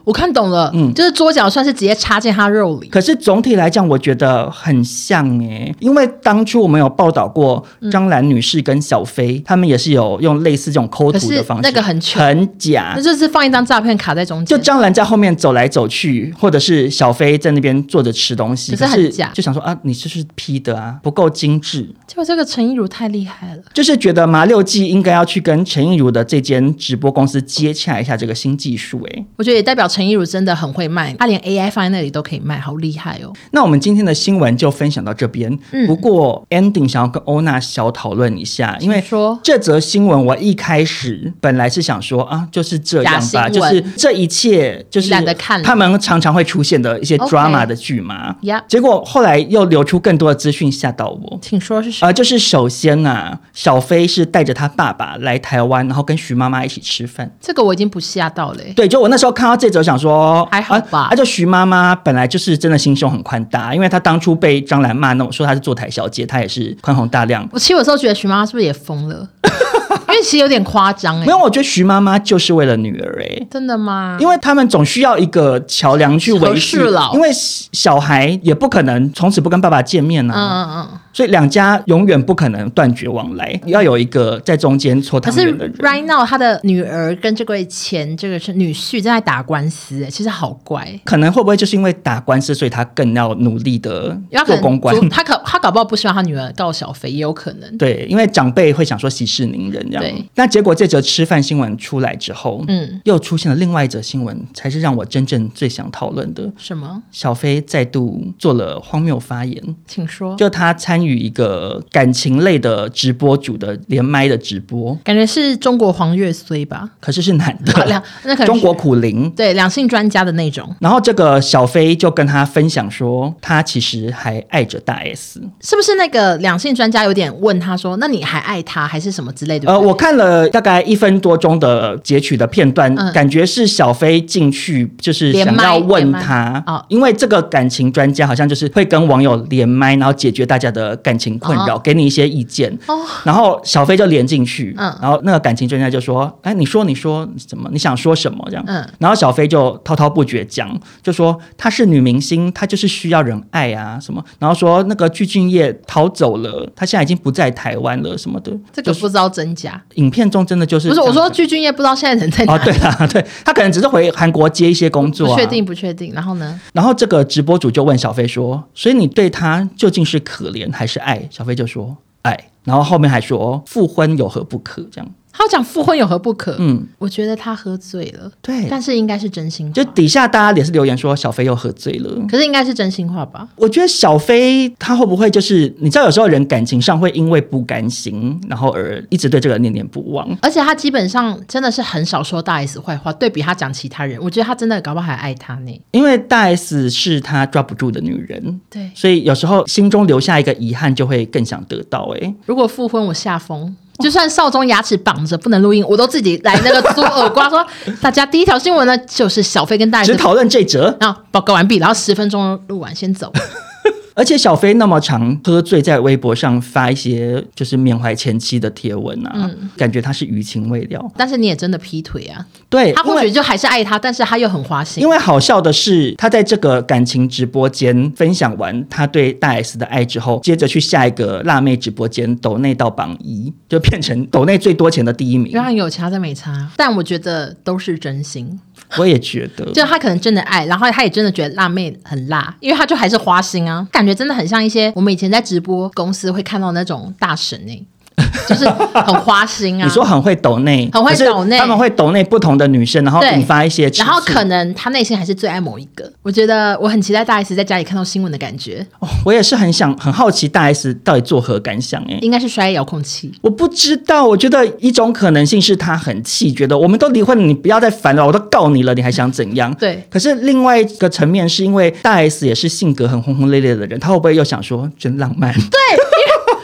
Speaker 1: 我看懂了，
Speaker 2: 嗯
Speaker 1: 就是桌角算是直接插进他肉里。
Speaker 2: 可是总体来讲，我觉得很像诶，因为当初我们有报道过
Speaker 1: 嗯
Speaker 2: 张兰女士跟小飞，他们也是有用类似这种抠
Speaker 1: 可
Speaker 2: 图的
Speaker 1: 是
Speaker 2: 方式，
Speaker 1: 那个很糗，
Speaker 2: 很假
Speaker 1: 那。就是放一张诈骗卡在中
Speaker 2: 就
Speaker 1: 间。
Speaker 2: 张兰在后面走来走去，或者是小飞在那边坐着吃东西，
Speaker 1: 可是很假
Speaker 2: 就想说啊，你这是 P 的啊，不够精致。
Speaker 1: 结果这个陈亦儒太厉害了，
Speaker 2: 就是觉得麻六记应该要去跟陈映如的这间直播公司接洽一下这个新技术、欸，
Speaker 1: 我觉得也代表陈亦儒真的很会卖，他连 AI 放在那里都可以卖，好厉害哦！
Speaker 2: 那我们今天的新闻就分享到这边。
Speaker 1: 嗯
Speaker 2: 不过 ending 想要跟欧娜小讨论一下，因为
Speaker 1: 请说
Speaker 2: 这则新闻我一开始本来是想说啊，就是这样
Speaker 1: 假
Speaker 2: 吧，
Speaker 1: 新
Speaker 2: 就
Speaker 1: 闻
Speaker 2: 是这一切就是
Speaker 1: 懒得看了
Speaker 2: 他们常常会出现的一些
Speaker 1: OK
Speaker 2: drama 的剧嘛。
Speaker 1: 呀，
Speaker 2: 结果后来又流出更多的资讯，吓到我。
Speaker 1: 请说是什
Speaker 2: 啊、就是首先啊，小飞是带着他爸爸来台湾，然后跟徐妈妈一起吃饭。
Speaker 1: 这个我已经不吓到了欸、
Speaker 2: 对，就我那时候看到这则，想说
Speaker 1: 还好吧
Speaker 2: 啊，啊就徐妈妈本来就是真的心胸很宽大，因为她当初被张兰骂那种说她是坐台小姐，她也是宽宏大量。
Speaker 1: 我其实有时候觉得徐妈妈是不是也疯
Speaker 2: [laughs]
Speaker 1: 了？因为其实有点夸张哎
Speaker 2: 没，有，我觉得徐妈妈就是为了女儿哎、
Speaker 1: 真的吗？
Speaker 2: 因为他们总需要一个桥梁去维
Speaker 1: 合
Speaker 2: 系
Speaker 1: 适了，
Speaker 2: 因为小孩也不可能从此不跟爸爸见面
Speaker 1: 嗯
Speaker 2: 啊，
Speaker 1: 嗯嗯。
Speaker 2: 所以两家永远不可能断绝往来，要有一个在中间搓
Speaker 1: 可
Speaker 2: 汤
Speaker 1: 是
Speaker 2: 圆的人。
Speaker 1: right now 他的女儿跟这位前这个是女婿正在打官司欸，其实好怪。
Speaker 2: 可能会不会就是因为打官司，所以他更要努力的
Speaker 1: 因为他可
Speaker 2: 做
Speaker 1: 能
Speaker 2: 公关？
Speaker 1: 主他可他搞不好不希望他女儿告小飞，也有可能。
Speaker 2: [laughs] 对，因为长辈会想说息事宁人这样
Speaker 1: 对。
Speaker 2: 那结果这则吃饭新闻出来之后，
Speaker 1: 嗯，
Speaker 2: 又出现了另外一则新闻，才是让我真正最想讨论的。
Speaker 1: 什么？
Speaker 2: 小飞再度做了荒谬发言，
Speaker 1: 请说。
Speaker 2: 就他参与一个感情类的直播主的连麦的直播，
Speaker 1: 感觉是中国黄月虽吧？
Speaker 2: 可是是男
Speaker 1: 啊两
Speaker 2: 的，
Speaker 1: 那可能是
Speaker 2: 中国苦灵。
Speaker 1: 对两性专家的那种，
Speaker 2: 然后这个小飞就跟他分享说，他其实还爱着大 S。
Speaker 1: 是不是那个两性专家有点问他说：“那你还爱他还是什么之类的？”
Speaker 2: 呃，我看了大概一分多钟的截取的片段，
Speaker 1: 嗯
Speaker 2: 感觉是小飞进去就是想要问
Speaker 1: 连
Speaker 2: 他
Speaker 1: 麦哦
Speaker 2: 因为这个感情专家好像就是会跟网友连麦，然后解决大家的感情困扰，
Speaker 1: 哦
Speaker 2: 给你一些意见。
Speaker 1: 哦
Speaker 2: 然后小飞就连进去，
Speaker 1: 嗯
Speaker 2: 然后那个感情专家就说：“哎，你说，你说怎么？你想说什么？”这样，
Speaker 1: 嗯
Speaker 2: 然后小飞就滔滔不绝讲，就说她是女明星，她就是需要人爱啊什么，然后说那个具俊晔逃走了，他现在已经不在台湾了什么的，
Speaker 1: 这个不知道真假，
Speaker 2: 影片中真的就是
Speaker 1: 不是
Speaker 2: 这
Speaker 1: 我
Speaker 2: 样
Speaker 1: 说
Speaker 2: 子
Speaker 1: 具俊晔不知道现在人在哪
Speaker 2: 哦，
Speaker 1: 里，
Speaker 2: 对
Speaker 1: [laughs]
Speaker 2: 啦，对他可能只是回韩国接一些工作、啊，
Speaker 1: 不确。定不确定。然后呢？
Speaker 2: 然后这个直播主就问小飞说：“所以你对他究竟是可怜还是爱？”小飞就说：“爱。”然后后面还说：“哦复婚有何不可？”这样，
Speaker 1: 他讲复婚有何不可？
Speaker 2: 嗯，
Speaker 1: 我觉得他喝醉了，
Speaker 2: 对。
Speaker 1: 但是应该是真心话，
Speaker 2: 哎就底下大家也是留言说小飞又喝醉了。
Speaker 1: 可是应该是真心话吧？
Speaker 2: 我觉得小飞他会不会就是你知道，有时候人感情上会因为不甘心，然后而一直对这个人念念不忘。
Speaker 1: 而且他基本上真的是很少说大 S 坏话，对比他讲其他人，我觉得他真的搞不好还爱他呢。
Speaker 2: 因为大 S 是他抓不住的女人，
Speaker 1: 对，
Speaker 2: 所以有时候心中留下一个遗憾，就会更想得到、欸。
Speaker 1: 如果复婚，我吓疯。就算少中牙齿绑着不能录音，我都自己来那个做耳瓜说，大家第一条新闻呢就是小飞跟大 S
Speaker 2: 只讨论这则。
Speaker 1: 然后报告完毕，然后十分钟录完先走。
Speaker 2: 而且小飞那么常喝醉，在微博上发一些就是缅怀前妻的贴文啊，
Speaker 1: 嗯
Speaker 2: 感觉他是余情未了。
Speaker 1: 但是你也真的劈腿啊？
Speaker 2: 对，
Speaker 1: 他或
Speaker 2: 因
Speaker 1: 许
Speaker 2: 为
Speaker 1: 就还是爱他，但是他又很花心
Speaker 2: 因。为好笑的是，他在这个感情直播间分享完他对大 S 的爱之后，接着去下一个辣妹直播间抖内到榜一，就变成抖内最多钱的第
Speaker 1: [laughs]
Speaker 2: 一名
Speaker 1: 因为。他有其他的没差，但我觉得都是真心。
Speaker 2: 我也觉得，
Speaker 1: 就他可能真的爱，然后他也真的觉得辣妹很辣，因为他就还是花心啊，感觉真的很像一些我们以前在直播公司会看到那种大神哎、 [laughs] 就是很花心啊。
Speaker 2: 你说很会抖内，
Speaker 1: 很会
Speaker 2: 可是
Speaker 1: 抖内
Speaker 2: 他们会抖内不同的女生，然后
Speaker 1: 对
Speaker 2: 引发一些吃醋，
Speaker 1: 然后可能他内心还是最爱某一个，我觉得我很期待大 S 在家里看到新闻的感觉，
Speaker 2: 哦我也是很想很好奇大 S 到底作何感想哎、
Speaker 1: 应该是摔遥控器。
Speaker 2: 我不知道，我觉得一种可能性是他很气，觉得我们都离婚了，你不要再烦了，我都告你了，你还想怎样？
Speaker 1: 对，
Speaker 2: 可是另外一个层面，是因为大 S 也是性格很轰轰烈烈的人，他会不会又想说真浪漫？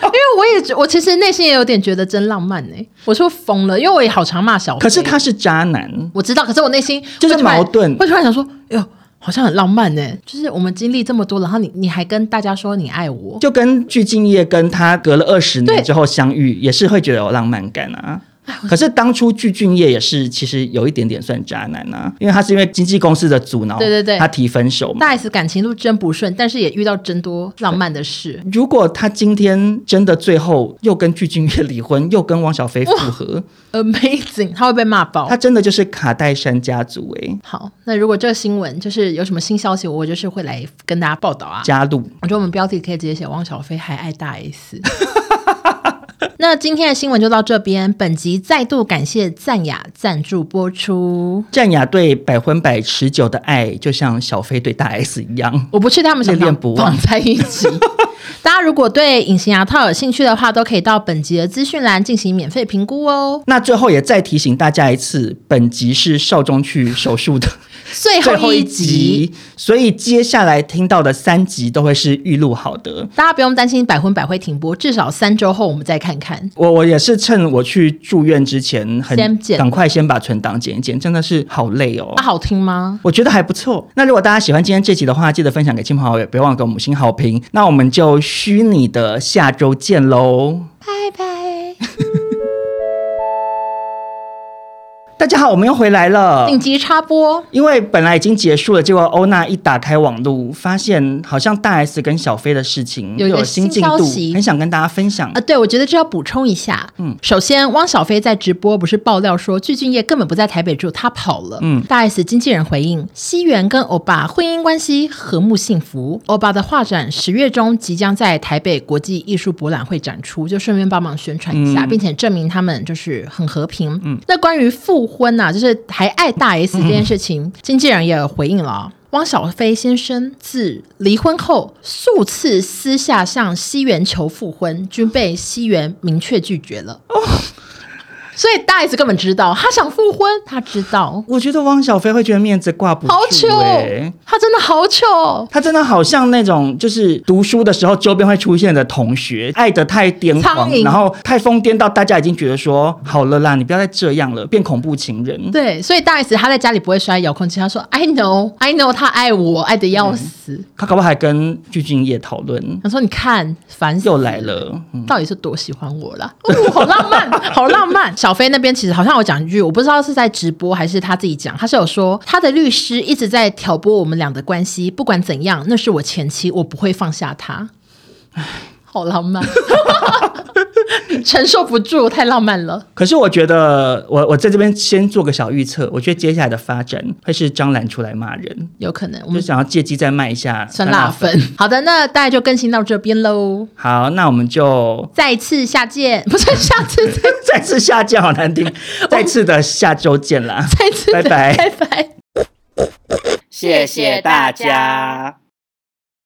Speaker 1: 因为我也觉我其实内心也有点觉得真浪漫哎、我说疯了，因为我也好常骂小飞，
Speaker 2: 可是他是渣男，
Speaker 1: 我知道，可是我内心
Speaker 2: 就是
Speaker 1: 会突然
Speaker 2: 矛盾
Speaker 1: 会突然想说，哎呦，好像很浪漫呢、就是我们经历这么多，然后你你还跟大家说你爱我，
Speaker 2: 就跟具俊晔跟他隔了二十
Speaker 1: 对
Speaker 2: 年之后相遇，也是会觉得有浪漫感啊。可是当初具俊晔也是其实有一点点算渣男啊，因为他是因为经纪公司的阻挠，
Speaker 1: 对对对
Speaker 2: 他提分手嘛。
Speaker 1: 大 S 感情路真不顺，但是也遇到真多浪漫的事。
Speaker 2: 如果他今天真的最后又跟具俊晔离婚，又跟汪小菲复合，
Speaker 1: Amazing，他会被骂爆
Speaker 2: 他。真的就是卡戴珊家族哎、
Speaker 1: 好，那如果这个新闻就是有什么新消息，我就是会来跟大家报道啊。
Speaker 2: 加入 [laughs]
Speaker 1: 我觉得我们标题可以直接写汪小菲还爱大 S，那今天的新闻就到这边，本集再度感谢赞雅赞助播出。
Speaker 2: 战雅对百分百持久的爱，就像小飞对大 S 一样。
Speaker 1: 我不确定他们想
Speaker 2: 恋恋不忘
Speaker 1: 绑在一 [laughs] 起。大家如果对隐形牙套有兴趣的话，都可以到本集的资讯栏进行免费评估哦。
Speaker 2: 那最后也再提醒大家一次，本集是少中去手术的
Speaker 1: 最
Speaker 2: [laughs] 最
Speaker 1: 后
Speaker 2: 后
Speaker 1: 哎一
Speaker 2: 一
Speaker 1: 集，
Speaker 2: 集，所以接下来听到的三集都会是预录好的。
Speaker 1: 大家不用担心百分百会停播，至少三周后我们再看看。
Speaker 2: 我我也是趁我去住院之前很，
Speaker 1: 先剪
Speaker 2: 赶快先把存档剪一剪，真的是好累哦。
Speaker 1: 啊，好听吗？
Speaker 2: 我觉得还不错。那如果大家喜欢今天这集的话，记得分享给亲朋好友，别忘了给我们五星好评。那我们就虚拟的下周见喽！
Speaker 1: 拜拜。
Speaker 2: 大家好，我们又回来了。
Speaker 1: 紧急插播，
Speaker 2: 因为本来已经结束了，结果欧娜一打开网络，发现好像大 S 跟小飞的事情
Speaker 1: 有一
Speaker 2: 又
Speaker 1: 个
Speaker 2: 有新
Speaker 1: 新
Speaker 2: 进
Speaker 1: 消
Speaker 2: 度
Speaker 1: 息，
Speaker 2: 很想跟大家分享
Speaker 1: 啊，。对，我觉得这要补充一下。嗯，首先，汪小菲在直播不是爆料说具俊晔根本不在台北住，他跑了。嗯，大 S 经纪人回应，西元跟欧巴婚姻关系和睦幸福，欧巴的画展十月中即将在台北国际艺术博览会展出，就顺便帮忙宣传一下，并且证明他们就是很和平。嗯，那关于复婚呐、就是还爱大 S 这件事情，经纪人也有回应了啊、汪小菲先生自离婚后数次私下向西元求复婚，均被西元明确拒绝了。所以大 S 根本知道他想复婚，他知道，
Speaker 2: 我觉得汪小菲会觉得面子挂不住、
Speaker 1: 好糗
Speaker 2: 欸，，
Speaker 1: 他真的好糗，
Speaker 2: 他真的好像那种就是读书的时候周边会出现的同学，爱得太癫
Speaker 1: 苍
Speaker 2: 狂，
Speaker 1: 蝇
Speaker 2: 然后太疯癫到大家已经觉得说好了啦，你不要再这样了，变恐怖情人。
Speaker 1: 对，所以大 S 他在家里不会摔遥控器，他说 I know I know，他爱我爱的要死。
Speaker 2: 他搞不好还跟具俊晔讨论，
Speaker 1: 他说你看，烦死
Speaker 2: 又来了。嗯
Speaker 1: 到底是多喜欢我啦？哦，好浪漫， [laughs] 好浪漫。小飞那边其实好像有讲一句，我不知道是在直播还是他自己讲，他是有说他的律师一直在挑拨我们俩的关系，不管怎样，那是我前妻，我不会放下他。好浪 [laughs] 漫，承受不住，太浪漫了。
Speaker 2: 可是我觉得，我我在这边先做个小预测，我觉得接下来的发展会是张兰出来骂人，
Speaker 1: 有可能我
Speaker 2: 就
Speaker 1: 们
Speaker 2: 想要借机再卖一下
Speaker 1: 酸辣
Speaker 2: 粉。
Speaker 1: 粉。好的，那大家就更新到这边喽。
Speaker 2: 好，那我们就
Speaker 1: 再次下见，不是下次再 [laughs]
Speaker 2: 再次下架，好难听，再次的下周见啦，
Speaker 1: 再次的
Speaker 2: 拜拜
Speaker 1: 拜拜。
Speaker 3: 谢谢大家。